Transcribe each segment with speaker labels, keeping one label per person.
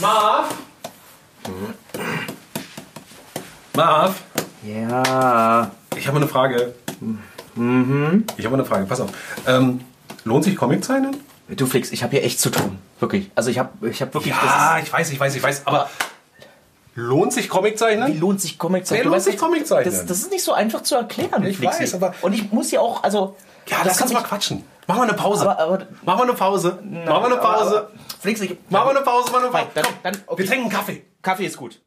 Speaker 1: Marv? Marv?
Speaker 2: Ja.
Speaker 1: Ich habe eine Frage.
Speaker 2: Mhm.
Speaker 1: Ich habe eine Frage, pass auf. Ähm, lohnt sich Comic zeichnen?
Speaker 2: Du Flix, ich habe hier echt zu tun. Wirklich. Also ich habe ich hab wirklich.
Speaker 1: Ja, ich weiß, ich weiß, ich weiß, aber lohnt sich Comic
Speaker 2: Das ist, wie
Speaker 1: zeichnen?
Speaker 2: lohnt sich Comic
Speaker 1: Wer
Speaker 2: zeichnen?
Speaker 1: lohnt sich Comic zeichnen?
Speaker 2: Das, das ist nicht so einfach zu erklären.
Speaker 1: Ich
Speaker 2: Flixi.
Speaker 1: weiß, aber-
Speaker 2: Und ich muss ja auch, also. da
Speaker 1: Ja, das
Speaker 2: kann
Speaker 1: kannst du mal
Speaker 2: ich-
Speaker 1: quatschen. Machen wir eine Pause.
Speaker 2: Aber- aber-
Speaker 1: machen wir eine Pause. machen wir eine
Speaker 2: Aber-
Speaker 1: Pause.
Speaker 2: aber- Flix, ich.
Speaker 1: machen wir eine Pause, machen wir eine Pause.
Speaker 2: Nein, dann-
Speaker 1: Komm,
Speaker 2: dann- okay.
Speaker 1: Wir trinken Kaffee.
Speaker 2: Kaffee ist gut.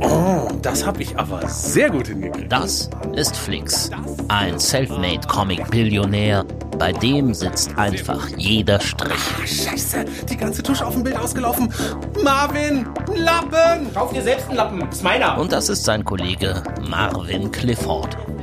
Speaker 3: Oh,
Speaker 1: Das habe ich aber sehr gut hingekriegt.
Speaker 4: Das ist Flix, ein selfmade comic billionär bei dem sitzt einfach jeder Strich.
Speaker 1: Scheiße, die ganze Tusche auf dem Bild ausgelaufen. Marvin, Lappen!
Speaker 2: Kauf dir selbst einen Lappen. Ist meiner.
Speaker 4: Und das ist sein Kollege Marvin Clifford,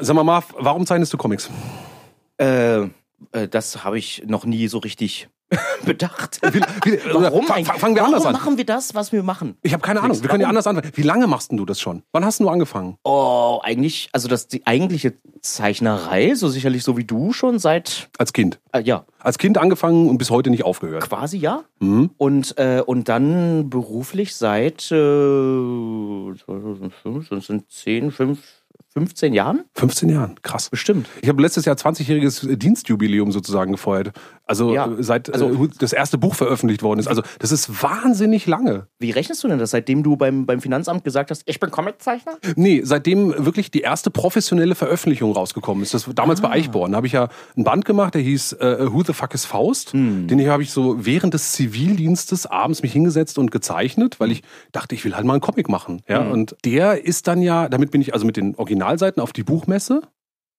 Speaker 1: Sag mal, Marv, warum zeichnest du Comics?
Speaker 3: Äh, äh, das habe ich noch nie so richtig bedacht.
Speaker 1: Warum? Fa fa- fangen wir
Speaker 3: Warum
Speaker 1: anders an.
Speaker 3: machen wir das, was wir machen?
Speaker 1: Ich habe keine Ahnung. Wir können ja anders anfangen. Wie lange machst denn du das schon? Wann hast denn du angefangen?
Speaker 3: Oh, eigentlich, also das die eigentliche Zeichnerei, so sicherlich so wie du schon seit,
Speaker 1: Als Kind.
Speaker 3: äh, ja,
Speaker 1: Als Kind angefangen und bis heute nicht aufgehört.
Speaker 3: quasi ja.
Speaker 1: Mhm.
Speaker 3: Und, äh, und dann beruflich seit äh, 2005, das sind 10, 5, 15 Jahren?
Speaker 1: 15 Jahren. Krass.
Speaker 3: Bestimmt.
Speaker 1: Ich habe letztes Jahr 20-jähriges Dienstjubiläum sozusagen gefeiert. Also
Speaker 3: Ja.
Speaker 1: äh, seit
Speaker 3: Also-
Speaker 1: äh, das erste Buch veröffentlicht worden ist. Also das ist wahnsinnig lange.
Speaker 3: Wie rechnest du denn das, seitdem du beim, beim Finanzamt gesagt hast, ich bin Comiczeichner?
Speaker 1: Nee, seitdem wirklich die erste professionelle Veröffentlichung rausgekommen ist. Das war damals bei Eichborn. Da habe ich ja ein Band gemacht, der hieß äh, Who the Fuck is Faust. Den ich- habe ich so während des Zivildienstes abends mich hingesetzt und gezeichnet, weil ich dachte, ich will halt mal einen Comic machen. Ja, Und der ist dann ja, damit bin ich also mit den Originalseiten auf die Buchmesse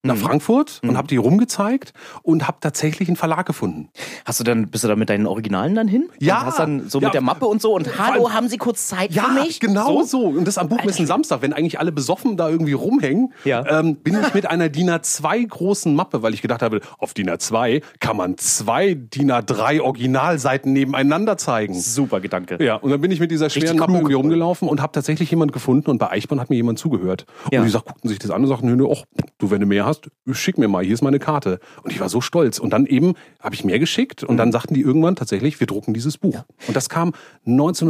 Speaker 1: nach Frankfurt und habe die rumgezeigt und habe tatsächlich einen Verlag gefunden.
Speaker 3: Hast du dann, bist du da mit deinen Originalen dann hin?
Speaker 1: Ja.
Speaker 3: Und hast dann so
Speaker 1: Ja.
Speaker 3: mit der Mappe und so und
Speaker 1: allem-
Speaker 3: Hallo, haben Sie kurz Zeit für mich?
Speaker 1: genau
Speaker 3: So?
Speaker 1: so. Und das am Buchmessen Samstag, wenn eigentlich alle besoffen da irgendwie rumhängen,
Speaker 3: Ja.
Speaker 1: ähm, bin ich mit einer DIN A2 großen Mappe, weil ich gedacht habe, auf DIN A2 kann man zwei DIN A3 Originalseiten nebeneinander zeigen.
Speaker 3: Super Gedanke.
Speaker 1: Ja, und dann bin ich mit dieser schweren
Speaker 3: Richtig
Speaker 1: Mappe
Speaker 3: klug.
Speaker 1: irgendwie rumgelaufen und habe tatsächlich jemand gefunden und bei Eichmann hat mir jemand zugehört.
Speaker 3: Ja.
Speaker 1: Und die sagt, guckten sich das an und sagten, nö, nö, och, du, wenn du mehr hast, schick mir mal, hier ist meine Karte. Und ich war so stolz. Und dann eben habe ich mehr geschickt
Speaker 3: Mhm.
Speaker 1: und dann sagten die irgendwann tatsächlich, wir drucken dieses Buch. Und das kam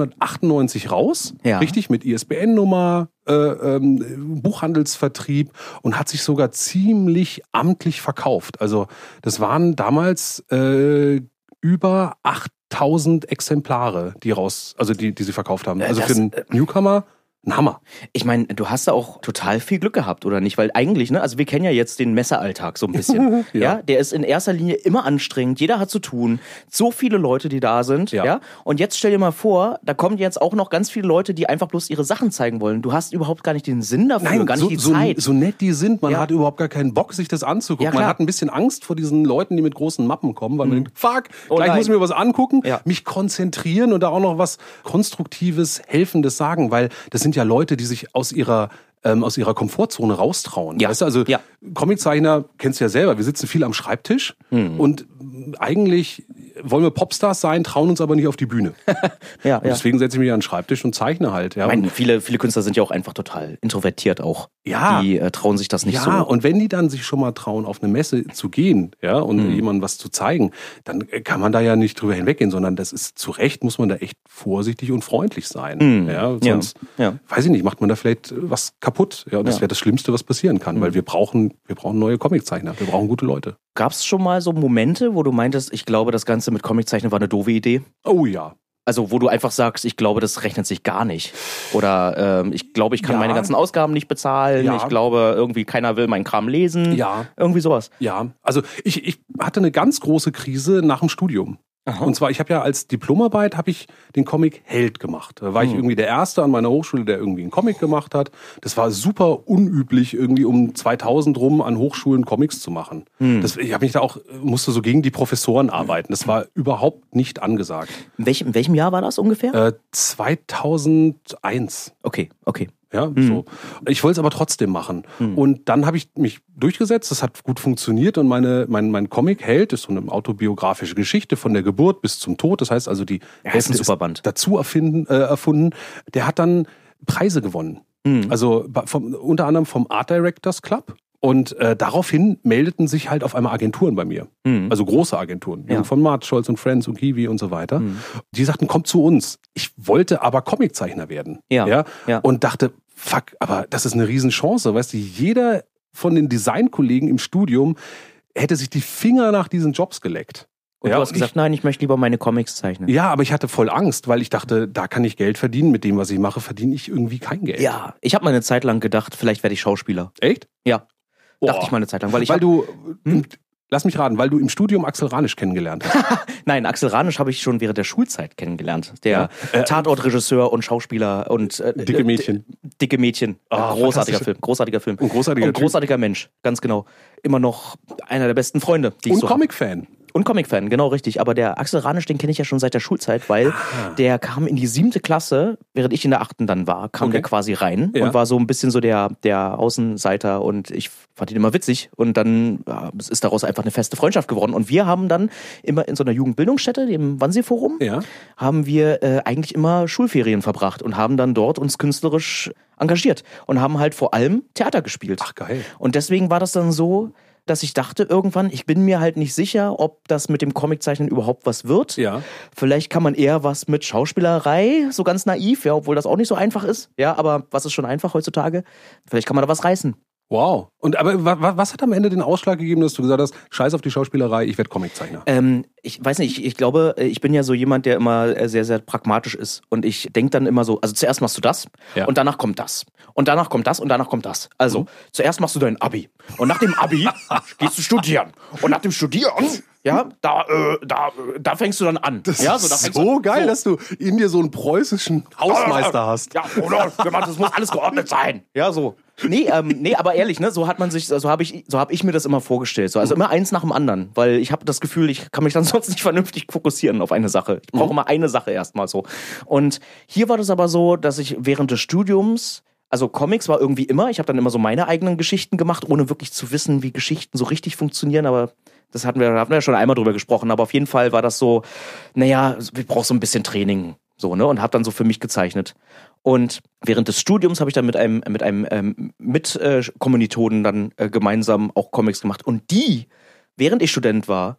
Speaker 1: 1998 raus,
Speaker 3: Ja.
Speaker 1: richtig, mit ISBN-Nummer, äh, ähm, Buchhandelsvertrieb und hat sich sogar ziemlich amtlich verkauft. Also das waren damals äh, über 8000 Exemplare, die raus, also die, die sie verkauft haben. Also
Speaker 3: Äh, das-
Speaker 1: für einen Newcomer ein Hammer.
Speaker 3: Ich meine, du hast da auch total viel Glück gehabt, oder nicht? Weil eigentlich, ne, also wir kennen ja jetzt den Messeralltag so ein bisschen. ja. der ist in erster Linie immer anstrengend. Jeder hat zu tun. So viele Leute, die da sind.
Speaker 1: Ja.
Speaker 3: Ja. Und jetzt stell dir mal vor, da kommen jetzt auch noch ganz viele Leute, die einfach bloß ihre Sachen zeigen wollen. Du hast überhaupt gar nicht den Sinn dafür, gar nicht
Speaker 1: so,
Speaker 3: die
Speaker 1: so,
Speaker 3: Zeit.
Speaker 1: so nett die sind, man
Speaker 3: Ja.
Speaker 1: hat überhaupt gar keinen Bock, sich das anzugucken.
Speaker 3: Ja,
Speaker 1: man
Speaker 3: klar.
Speaker 1: hat ein bisschen Angst vor diesen Leuten, die mit großen Mappen kommen, weil man denkt, fuck, gleich
Speaker 3: Oh nein.
Speaker 1: muss ich mir was angucken,
Speaker 3: Ja.
Speaker 1: mich konzentrieren und da auch noch was Konstruktives, Helfendes sagen, weil das sind ja Leute, die sich aus ihrer ähm, aus ihrer Komfortzone raustrauen.
Speaker 3: Ja.
Speaker 1: Weißt du, also
Speaker 3: Ja. Mhm.
Speaker 1: Comiczeichner kennst du ja selber, wir sitzen viel am Schreibtisch und eigentlich wollen wir Popstars sein, trauen uns aber nicht auf die Bühne.
Speaker 3: Ja,
Speaker 1: Und deswegen setze ich mich an den Schreibtisch und zeichne halt. Ja,
Speaker 3: Ich meine,
Speaker 1: Und-
Speaker 3: viele, viele Künstler sind ja auch einfach total introvertiert auch.
Speaker 1: Ja.
Speaker 3: Die äh, trauen sich das nicht
Speaker 1: ja
Speaker 3: so.
Speaker 1: und wenn die dann sich schon mal trauen, auf eine Messe zu gehen, ja, und
Speaker 3: Hm.
Speaker 1: jemandem was zu zeigen, dann äh, kann man da ja nicht drüber hinweggehen, sondern das ist zu Recht, muss man da echt vorsichtig und freundlich sein. Ja, sonst,
Speaker 3: Hm. ja.
Speaker 1: weiß ich nicht, macht man da vielleicht äh, was kaputt. Ja, und das
Speaker 3: Ja. Hm.
Speaker 1: wäre das Schlimmste, was passieren kann, weil wir brauchen, wir brauchen neue Comiczeichner, wir brauchen gute Leute.
Speaker 3: Gab es schon mal so Momente, wo du meintest, ich glaube, das Ganze mit Comiczeichnen war eine doofe Idee?
Speaker 1: Oh ja.
Speaker 3: Also, wo du einfach sagst, ich glaube, das rechnet sich gar nicht. Oder ähm, ich glaube, ich kann
Speaker 1: Ja.
Speaker 3: meine ganzen Ausgaben nicht bezahlen.
Speaker 1: Ja.
Speaker 3: Ich glaube, irgendwie keiner will meinen Kram lesen.
Speaker 1: Ja.
Speaker 3: Irgendwie sowas.
Speaker 1: Ja, also ich, ich hatte eine ganz große Krise nach dem Studium. Und zwar, ich habe ja als Diplomarbeit habe ich den Comic Held gemacht. Da war ich irgendwie der Erste an meiner Hochschule, der irgendwie einen Comic gemacht hat. Das war super unüblich, irgendwie um 2000 rum an Hochschulen Comics zu machen. Das, ich habe mich da auch, musste so gegen die Professoren arbeiten. Das war überhaupt nicht angesagt.
Speaker 3: In welchem, in welchem Jahr war das ungefähr?
Speaker 1: Äh, 2001.
Speaker 3: Okay, okay.
Speaker 1: Ja,
Speaker 3: Mhm.
Speaker 1: so. Ich wollte es aber trotzdem machen. Und dann habe ich mich durchgesetzt, das hat gut funktioniert und meine, mein, mein Comic Held ist so eine autobiografische Geschichte von der Geburt bis zum Tod. Das heißt also, die
Speaker 3: ist ein
Speaker 1: Hälfte
Speaker 3: super Band.
Speaker 1: dazu erfinden, äh, erfunden. Der hat dann Preise gewonnen.
Speaker 3: Mhm.
Speaker 1: Also ba- vom, unter anderem vom Art Directors Club. Und äh, daraufhin meldeten sich halt auf einmal Agenturen bei mir.
Speaker 3: Mhm.
Speaker 1: Also große Agenturen. Jürgen Von Mart, Scholz und Friends und Kiwi und so weiter.
Speaker 3: Mhm.
Speaker 1: Die sagten, kommt zu uns. Ich wollte aber Comiczeichner werden.
Speaker 3: Ja, ja.
Speaker 1: Und dachte, fuck, aber das ist eine Riesenchance. Weißt du, jeder von den Designkollegen im Studium hätte sich die Finger nach diesen Jobs geleckt.
Speaker 3: Und
Speaker 1: Ja,
Speaker 3: du hast
Speaker 1: und ich-
Speaker 3: gesagt, nein, ich möchte lieber meine Comics zeichnen.
Speaker 1: ja, aber ich hatte voll Angst, weil ich dachte, da kann ich Geld verdienen. Mit dem, was ich mache, verdiene ich irgendwie kein Geld.
Speaker 3: Ja, ich habe mal eine Zeit lang gedacht, vielleicht werde ich Schauspieler.
Speaker 1: Echt?
Speaker 3: Ja, dachte
Speaker 1: Boah.
Speaker 3: ich mal eine Zeit lang, weil ich
Speaker 1: weil
Speaker 3: hab- Hm?
Speaker 1: du, lass mich raten, weil du im Studium Axel Ranisch kennengelernt hast.
Speaker 3: Nein, Axel Ranisch habe ich schon während der Schulzeit kennengelernt. Der Tatortregisseur und Schauspieler und äh,
Speaker 1: Äh, Dicke Mädchen.
Speaker 3: d- Dicke Mädchen.
Speaker 1: Ah,
Speaker 3: Äh, großartiger
Speaker 1: fantastische-
Speaker 3: Film, großartiger Film.
Speaker 1: Und großartiger
Speaker 3: und
Speaker 1: Typ.
Speaker 3: großartiger Mensch, ganz genau. Immer noch einer der besten Freunde, die ich
Speaker 1: Und
Speaker 3: so hab.
Speaker 1: Comic-Fan.
Speaker 3: Und Comic-Fan, genau richtig. Aber der Axel Ranisch, den kenne ich ja schon seit der Schulzeit, weil
Speaker 1: Ah.
Speaker 3: der kam in die siebte Klasse, während ich in der achten dann war, kam
Speaker 1: Okay.
Speaker 3: der quasi rein
Speaker 1: Ja.
Speaker 3: und war so ein bisschen so der, der Außenseiter und ich fand ihn immer witzig und dann ja, es ist daraus einfach eine feste Freundschaft geworden. Und wir haben dann immer in so einer Jugendbildungsstätte, dem Wannsee-Forum,
Speaker 1: Ja.
Speaker 3: haben wir äh, eigentlich immer Schulferien verbracht und haben dann dort uns künstlerisch engagiert und haben halt vor allem Theater gespielt.
Speaker 1: Ach, geil.
Speaker 3: Und deswegen war das dann so, dass ich dachte irgendwann, ich bin mir halt nicht sicher, ob das mit dem Comiczeichnen überhaupt was wird.
Speaker 1: Ja.
Speaker 3: Vielleicht kann man eher was mit Schauspielerei, so ganz naiv, ja, obwohl das auch nicht so einfach ist. Ja, aber was ist schon einfach heutzutage? Vielleicht kann man da was reißen.
Speaker 1: Wow. Und aber wa, wa, was hat am Ende den Ausschlag gegeben, dass du gesagt hast, scheiß auf die Schauspielerei, ich werde Comiczeichner?
Speaker 3: Ähm, ich weiß nicht, ich, ich glaube, äh, ich bin ja so jemand, der immer äh, sehr, sehr pragmatisch ist. Und ich denke dann immer so, also zuerst machst du das
Speaker 1: Ja.
Speaker 3: und danach kommt das. Und danach kommt das und danach kommt das. Also, zuerst machst du dein Abi. Und nach dem Abi gehst du studieren. Und nach dem Studieren, ja, da, äh, da, äh, da fängst du dann an. ja, da fängst du- so.
Speaker 1: du in dir so einen preußischen Hausmeister hast.
Speaker 3: Ja, oder? Das muss alles geordnet sein. Ja, so. Nee, ähm, nee, aber ehrlich, ne, so hat man sich, so habe ich, so habe ich mir das immer vorgestellt. So, also immer eins nach dem anderen, weil ich habe das Gefühl, ich kann mich dann sonst nicht vernünftig fokussieren auf eine Sache. Ich brauche immer eine Sache erstmal so. Und hier war das aber so, dass ich während des Studiums also Comics war irgendwie immer, ich habe dann immer so meine eigenen Geschichten gemacht, ohne wirklich zu wissen, wie Geschichten so richtig funktionieren, aber das hatten wir, da hatten wir ja schon einmal drüber gesprochen, aber auf jeden Fall war das so, naja, wir brauchen so ein bisschen Training, so, ne, und habe dann so für mich gezeichnet. Und während des Studiums habe ich dann mit einem, mit einem ähm, mit, äh, Kommilitonen dann äh, gemeinsam auch Comics gemacht und die, während ich Student war,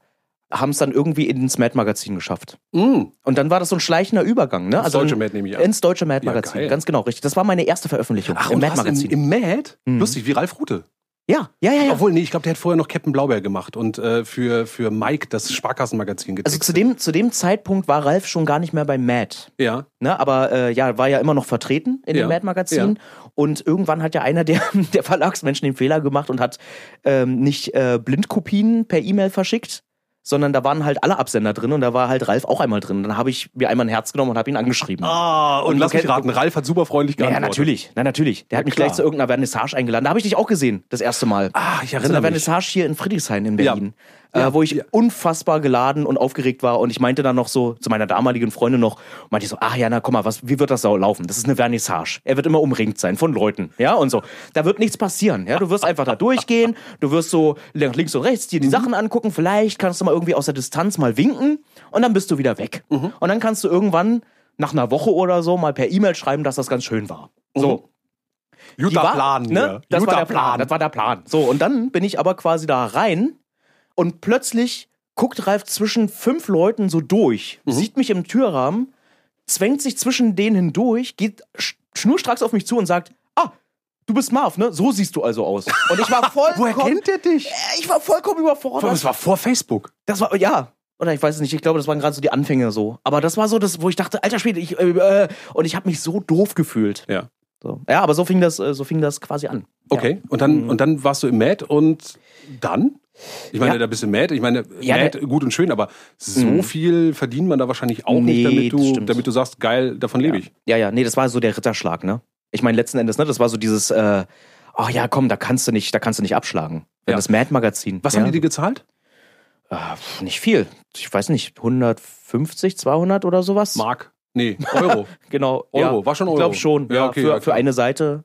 Speaker 3: haben es dann irgendwie ins Mad-Magazin geschafft.
Speaker 1: Mm.
Speaker 3: Und dann war das so ein schleichender Übergang, ne?
Speaker 1: deutsche
Speaker 3: in-
Speaker 1: Mad nehme ich an.
Speaker 3: Ins deutsche Mad-Magazin,
Speaker 1: Ja, geil.
Speaker 3: ganz genau, richtig. Das war meine erste Veröffentlichung
Speaker 1: Ach,
Speaker 3: im
Speaker 1: und du hast
Speaker 3: Mad-Magazin.
Speaker 1: Im, im Mad? Lustig, wie Ralf Rute.
Speaker 3: Ja, ja, Mhm. ja, ja.
Speaker 1: Obwohl, nee, ich glaube, der hat vorher noch Captain Blaubeer gemacht und äh, für, für Mike das Sparkassenmagazin
Speaker 3: Also
Speaker 1: getextet.
Speaker 3: zu dem, zu dem Zeitpunkt war Ralf schon gar nicht mehr bei Mad.
Speaker 1: ja.
Speaker 3: Ne, aber äh, ja, war ja immer noch vertreten in
Speaker 1: Ja,
Speaker 3: dem Mad-Magazin. Und irgendwann hat ja einer der, der Verlagsmenschen den Fehler gemacht und hat ähm, nicht äh, Blindkopien per E-Mail verschickt, sondern da waren halt alle Absender drin und da war halt Ralf auch einmal drin. Dann habe ich mir einmal ein Herz genommen und habe ihn angeschrieben.
Speaker 1: Ah, und,
Speaker 3: Und
Speaker 1: lass
Speaker 3: du
Speaker 1: mich
Speaker 3: kenn-
Speaker 1: raten, Ralf hat super freundlich
Speaker 3: Ja,
Speaker 1: geantwortet.
Speaker 3: natürlich, na natürlich. Der hat mich
Speaker 1: klar.
Speaker 3: gleich zu irgendeiner Vernissage eingeladen. Da habe ich dich auch gesehen, das erste Mal.
Speaker 1: Ah, ich
Speaker 3: zu
Speaker 1: erinnere
Speaker 3: einer
Speaker 1: mich.
Speaker 3: Vernissage hier in Friedrichshain in Berlin. äh, wo ich unfassbar geladen und aufgeregt war. Und ich meinte dann noch so zu meiner damaligen Freundin noch, meinte ich so, ach Jana, komm mal, was, wie wird das sau laufen? Das ist eine Vernissage. Er wird immer umringt sein von Leuten, ja, und so. Da wird nichts passieren, ja. Du wirst einfach da durchgehen, du wirst so nach links und rechts
Speaker 1: Mhm.
Speaker 3: dir die Sachen angucken, vielleicht kannst du mal irgendwie aus der Distanz mal winken und dann bist du wieder weg.
Speaker 1: Mhm.
Speaker 3: Und dann kannst du irgendwann nach einer Woche oder so mal per E-Mail schreiben, dass das ganz schön war.
Speaker 1: Mhm.
Speaker 3: So. um Die
Speaker 1: Guter
Speaker 3: war-
Speaker 1: Plan.
Speaker 3: Ne?
Speaker 1: Ne?
Speaker 3: Das war der Plan. Das war der Plan. So, und dann bin ich aber quasi da rein und plötzlich guckt Ralf zwischen fünf Leuten so durch,
Speaker 1: Mhm.
Speaker 3: sieht mich im Türrahmen, zwängt sich zwischen denen hindurch, geht sch- schnurstracks auf mich zu und sagt, ah, du bist Marv, ne? So siehst du also aus. Und ich war vollkommen...
Speaker 1: Woher kennt er dich?
Speaker 3: Ich war vollkommen
Speaker 1: Vor allem,
Speaker 3: überfordert.
Speaker 1: es war vor Facebook.
Speaker 3: Das war, ja. Oder ich weiß es nicht, ich glaube, das waren gerade so die Anfänge so. Aber das war so das, wo ich dachte, alter Schwede, ich, äh, äh, und ich habe mich so doof gefühlt.
Speaker 1: Ja.
Speaker 3: So. Ja, aber so fing das, äh, so fing das quasi an.
Speaker 1: Okay, und dann, und dann warst du im Mad und dann? Ich meine,
Speaker 3: Ja.
Speaker 1: da bist du im Mad. Ich meine,
Speaker 3: Ja, Hm.
Speaker 1: Mad, gut und schön, aber so viel verdient man da wahrscheinlich auch nicht,
Speaker 3: Nee,
Speaker 1: damit
Speaker 3: das
Speaker 1: du,
Speaker 3: stimmt.
Speaker 1: damit du sagst, geil, davon lebe ich.
Speaker 3: Ja, ja, nee, das war so der Ritterschlag, ne? Ich meine, letzten Endes, ne, das war so dieses, äh, oh ja, komm, da kannst du nicht, da kannst du nicht abschlagen.
Speaker 1: Ja.
Speaker 3: Ja. Das Mad-Magazin.
Speaker 1: Was
Speaker 3: ja.
Speaker 1: haben die dir gezahlt?
Speaker 3: Ah, pf, nicht viel. Ich weiß nicht, 150, 200 oder sowas?
Speaker 1: Mark. Nee, Euro.
Speaker 3: genau.
Speaker 1: Euro,
Speaker 3: ja.
Speaker 1: war schon
Speaker 3: Ich
Speaker 1: Euro.
Speaker 3: glaube schon.
Speaker 1: Ja,
Speaker 3: Ja,
Speaker 1: okay,
Speaker 3: für,
Speaker 1: ja,
Speaker 3: für
Speaker 1: klar.
Speaker 3: eine Seite.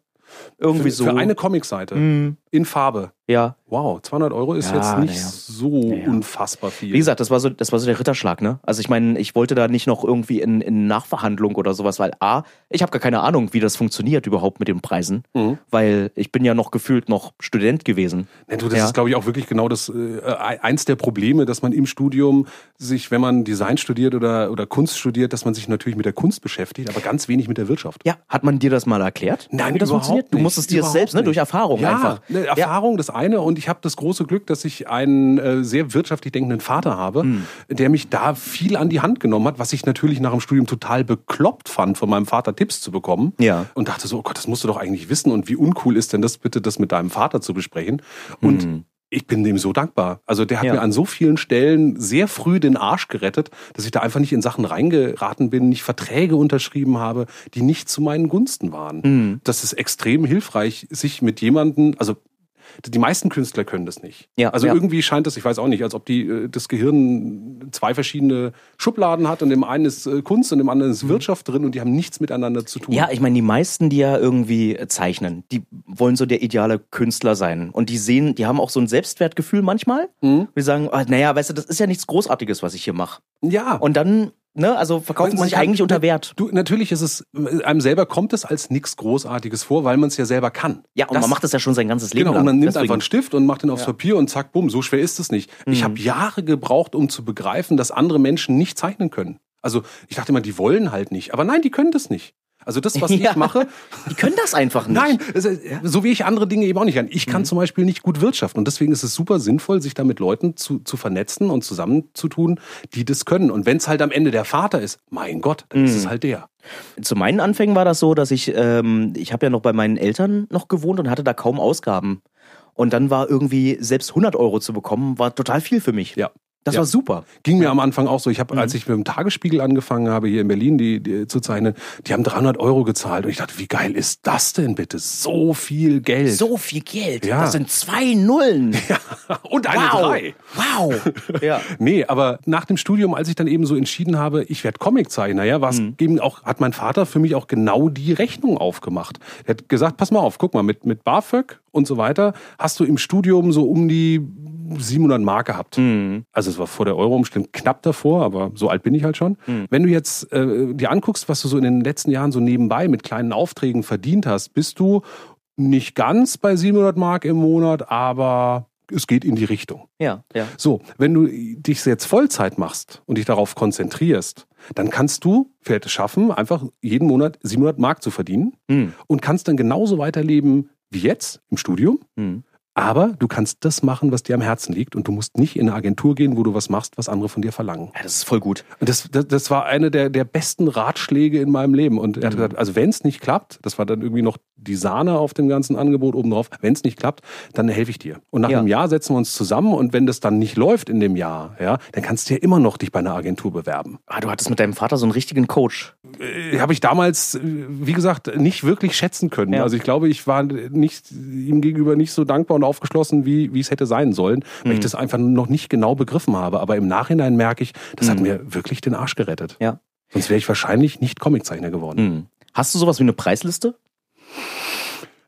Speaker 3: Irgendwie
Speaker 1: für,
Speaker 3: so.
Speaker 1: für eine Comicseite.
Speaker 3: Mhm.
Speaker 1: In Farbe.
Speaker 3: Ja.
Speaker 1: Wow, 200 Euro ist
Speaker 3: Ja,
Speaker 1: jetzt nicht
Speaker 3: na ja.
Speaker 1: so
Speaker 3: ja.
Speaker 1: unfassbar viel.
Speaker 3: Wie gesagt, das war so, das war so der Ritterschlag, ne? Also ich meine, ich wollte da nicht noch irgendwie in, in Nachverhandlung oder sowas, weil A, ich habe gar keine Ahnung, wie das funktioniert überhaupt mit den Preisen,
Speaker 1: Mhm.
Speaker 3: weil ich bin ja noch gefühlt noch Student gewesen.
Speaker 1: Ja, du, das
Speaker 3: Ja.
Speaker 1: ist, glaube ich, auch wirklich genau das äh, eins der Probleme, dass man im Studium sich, wenn man Design studiert oder, oder Kunst studiert, dass man sich natürlich mit der Kunst beschäftigt, aber ganz wenig mit der Wirtschaft.
Speaker 3: Ja, hat man dir das mal erklärt?
Speaker 1: Nein,
Speaker 3: wie das
Speaker 1: überhaupt
Speaker 3: funktioniert? Du
Speaker 1: nicht.
Speaker 3: musstest dir das
Speaker 1: Überhaupt
Speaker 3: selbst, ne?
Speaker 1: nicht.
Speaker 3: Durch Erfahrung
Speaker 1: ja,
Speaker 3: einfach.
Speaker 1: Eine Erfahrung, das eine. Und ich habe das große Glück, dass ich einen äh, sehr wirtschaftlich denkenden Vater habe,
Speaker 3: Hm.
Speaker 1: der mich da viel an die Hand genommen hat, was ich natürlich nach dem Studium total bekloppt fand, von meinem Vater Tipps zu bekommen.
Speaker 3: Ja.
Speaker 1: Und dachte so, oh Gott, das musst du doch eigentlich wissen. Und wie uncool ist denn das bitte, das mit deinem Vater zu besprechen? Und ich bin dem so dankbar. Also der hat
Speaker 3: Mhm. Ja.
Speaker 1: mir an so vielen Stellen sehr früh den Arsch gerettet, dass ich da einfach nicht in Sachen reingeraten bin, nicht Verträge unterschrieben habe, die nicht zu meinen Gunsten waren.
Speaker 3: Mhm.
Speaker 1: Das ist extrem hilfreich, sich mit jemandem, also die meisten Künstler können das nicht.
Speaker 3: Ja,
Speaker 1: also
Speaker 3: ja.
Speaker 1: irgendwie scheint das, ich weiß auch nicht, als ob die äh, das Gehirn zwei verschiedene Schubladen hat und im einen ist äh, Kunst und im anderen ist Wirtschaft drin und die haben nichts miteinander zu tun.
Speaker 3: Mhm. Ja, ich meine, die meisten, die ja irgendwie äh, zeichnen, die wollen so der ideale Künstler sein. Und die sehen, die haben auch so ein Selbstwertgefühl manchmal.
Speaker 1: Mhm.
Speaker 3: Wir sagen, ah, naja, weißt du, das ist ja nichts Großartiges, was ich hier mache.
Speaker 1: ja.
Speaker 3: Und dann, ne, also verkauft man sich eigentlich unter Wert.
Speaker 1: Du, natürlich ist es, äh, einem selber kommt es als nichts Großartiges vor, weil man es ja selber kann.
Speaker 3: Ja, und
Speaker 1: Das-
Speaker 3: man macht das ja schon sein ganzes Leben
Speaker 1: Genau,
Speaker 3: lang.
Speaker 1: und man nimmt
Speaker 3: Deswegen-
Speaker 1: einfach einen Stift und macht den aufs Papier und zack, bumm, so schwer ist es nicht. Ich
Speaker 3: Mhm.
Speaker 1: habe Jahre gebraucht, um zu begreifen, dass andere Menschen nicht zeichnen können. Also ich dachte immer, die wollen halt nicht. Aber nein, die können das nicht. Also das, was
Speaker 3: Ja.
Speaker 1: ich mache,
Speaker 3: Die können das einfach nicht. Mhm.
Speaker 1: nein, es ist- so wie ich andere Dinge eben auch nicht kann. Ich kann zum Beispiel nicht gut wirtschaften und deswegen ist es super sinnvoll, sich da mit Leuten zu, zu vernetzen und zusammenzutun, die das können. Und wenn es halt am Ende der Vater ist, mein Gott, dann ist es
Speaker 3: Mhm.
Speaker 1: halt der.
Speaker 3: Zu meinen Anfängen war das so, dass ich, ähm, ich habe ja noch bei meinen Eltern noch gewohnt und hatte da kaum Ausgaben. Und dann war irgendwie selbst 100 Euro zu bekommen, war total viel für mich.
Speaker 1: Ja.
Speaker 3: Das
Speaker 1: Ja.
Speaker 3: war super.
Speaker 1: Ging mir am Anfang auch so. Ich habe,
Speaker 3: Mhm.
Speaker 1: als ich mit dem Tagesspiegel angefangen habe, hier in Berlin die, die zu zeichnen, die haben 300 Euro gezahlt. Und ich dachte, wie geil ist das denn bitte? So viel Geld.
Speaker 3: So viel Geld.
Speaker 1: Ja.
Speaker 3: Das sind zwei Nullen.
Speaker 1: Und eine
Speaker 3: wow.
Speaker 1: drei.
Speaker 3: Wow. ja.
Speaker 1: Nee, aber nach dem Studium, als ich dann eben so entschieden habe, ich werde Comiczeichner, ja, was eben auch, hat mein Vater für mich auch genau die Rechnung aufgemacht. Er hat gesagt, pass mal auf, guck mal, mit, mit BAföG und so weiter hast du im Studium so um die 700 Mark gehabt. Also es war vor der Euro-Umstellung knapp davor, aber so alt bin ich halt schon. Wenn du jetzt äh, dir anguckst, was du so in den letzten Jahren so nebenbei mit kleinen Aufträgen verdient hast, bist du nicht ganz bei 700 Mark im Monat, aber es geht in die Richtung.
Speaker 3: Ja, ja.
Speaker 1: So, wenn du dich jetzt Vollzeit machst und dich darauf konzentrierst, dann kannst du vielleicht es schaffen, einfach jeden Monat 700 Mark zu verdienen
Speaker 3: Hm.
Speaker 1: und kannst dann genauso weiterleben wie jetzt im Studium.
Speaker 3: Hm.
Speaker 1: Aber du kannst das machen, was dir am Herzen liegt und du musst nicht in eine Agentur gehen, wo du was machst, was andere von dir verlangen.
Speaker 3: ja. Das ist voll gut.
Speaker 1: Und das, das, das war eine der, der besten Ratschläge in meinem Leben. Und er hat gesagt, also wenn es nicht klappt, das war dann irgendwie noch die Sahne auf dem ganzen Angebot obendrauf, wenn es nicht klappt, dann helfe ich dir. Und nach
Speaker 3: Ja.
Speaker 1: einem Jahr setzen wir uns zusammen und wenn das dann nicht läuft in dem Jahr, ja, dann kannst du ja immer noch dich bei einer Agentur bewerben.
Speaker 3: Ah, du hattest mit deinem Vater so einen richtigen Coach.
Speaker 1: Äh, Habe ich damals, äh, wie gesagt, nicht wirklich schätzen können.
Speaker 3: Ja.
Speaker 1: Also ich glaube, ich war nicht ihm gegenüber nicht so dankbar und aufgeschlossen, wie, wie es hätte sein sollen, weil
Speaker 3: Mhm.
Speaker 1: ich das einfach noch nicht genau begriffen habe. Aber im Nachhinein merke ich, das hat mir wirklich den Arsch gerettet.
Speaker 3: Mhm. Ja.
Speaker 1: Sonst wäre ich wahrscheinlich nicht Comiczeichner geworden.
Speaker 3: Hm. Hast du sowas wie eine Preisliste?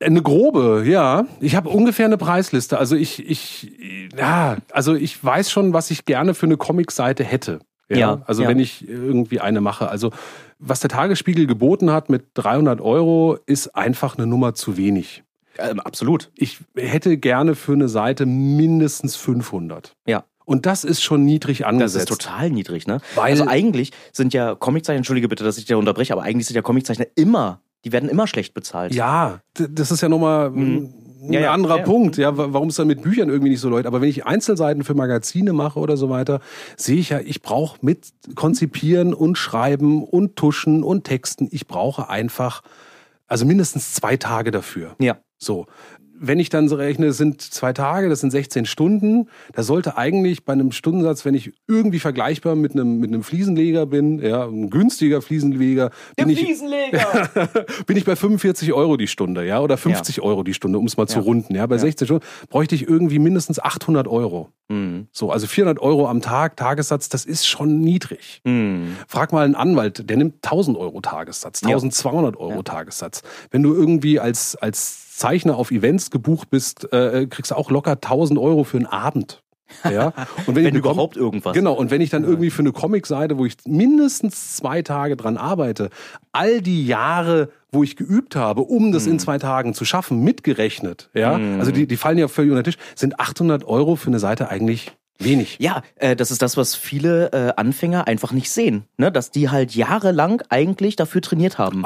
Speaker 1: Eine grobe, ja. Ich habe ungefähr eine Preisliste. Also ich, ich, ja, also ich weiß schon, was ich gerne für eine Comicseite hätte.
Speaker 3: Ja,
Speaker 1: also
Speaker 3: ja.
Speaker 1: wenn ich irgendwie eine mache. Also was der Tagesspiegel geboten hat mit 300 Euro, ist einfach eine Nummer zu wenig. Ähm,
Speaker 3: absolut.
Speaker 1: Ich hätte gerne für eine Seite mindestens 500.
Speaker 3: Ja.
Speaker 1: Und das ist schon niedrig
Speaker 3: Das
Speaker 1: angesetzt.
Speaker 3: ist total niedrig, ne?
Speaker 1: Weil-
Speaker 3: also eigentlich sind ja Comiczeichner, entschuldige bitte, dass ich dir unterbreche, aber eigentlich sind ja Comiczeichner immer, die werden immer schlecht bezahlt. Mhm.
Speaker 1: Ja, d- das ist ja nochmal ein
Speaker 3: Ja, ja,
Speaker 1: anderer
Speaker 3: ja.
Speaker 1: Punkt, ja, wa- warum es dann mit Büchern irgendwie nicht so läuft. Aber wenn ich Einzelseiten für Magazine mache oder so weiter, sehe ich ja, ich brauche mit Konzipieren und Schreiben und Tuschen und Texten, ich brauche einfach, also mindestens zwei Tage dafür.
Speaker 3: Ja.
Speaker 1: So. Wenn ich dann so rechne, es sind zwei Tage, das sind 16 Stunden. Da sollte eigentlich bei einem Stundensatz, wenn ich irgendwie vergleichbar mit einem, mit einem Fliesenleger bin, ja, ein günstiger Fliesenleger, bin ich,
Speaker 3: Fliesenleger!
Speaker 1: bin ich bei 45 Euro die Stunde, ja, oder 50 Euro die Stunde, um es mal zu runden, ja. Bei 16 Stunden bräuchte ich irgendwie mindestens 800 Euro. So, also 400 Euro am Tag, Tagessatz, das ist schon niedrig.
Speaker 3: Hm.
Speaker 1: Frag mal einen Anwalt, der nimmt 1000 Euro Tagessatz, 1200 Euro Tagessatz. Wenn du irgendwie als, als Zeichner auf Events gebucht bist, äh, kriegst du auch locker 1000 Euro für einen Abend. Ja? Und
Speaker 3: Wenn
Speaker 1: eine Com-
Speaker 3: überhaupt irgendwas.
Speaker 1: Genau, und wenn ich dann irgendwie für eine Comicseite, wo ich mindestens zwei Tage dran arbeite, all die Jahre, wo ich geübt habe, um
Speaker 3: Hm.
Speaker 1: das in zwei Tagen zu schaffen, mitgerechnet, ja, also die, die fallen ja völlig unter den Tisch, sind 800 Euro für eine Seite eigentlich wenig.
Speaker 3: Ja, äh, das ist das, was viele äh, Anfänger einfach nicht sehen. Ne? Dass die halt jahrelang eigentlich dafür trainiert haben.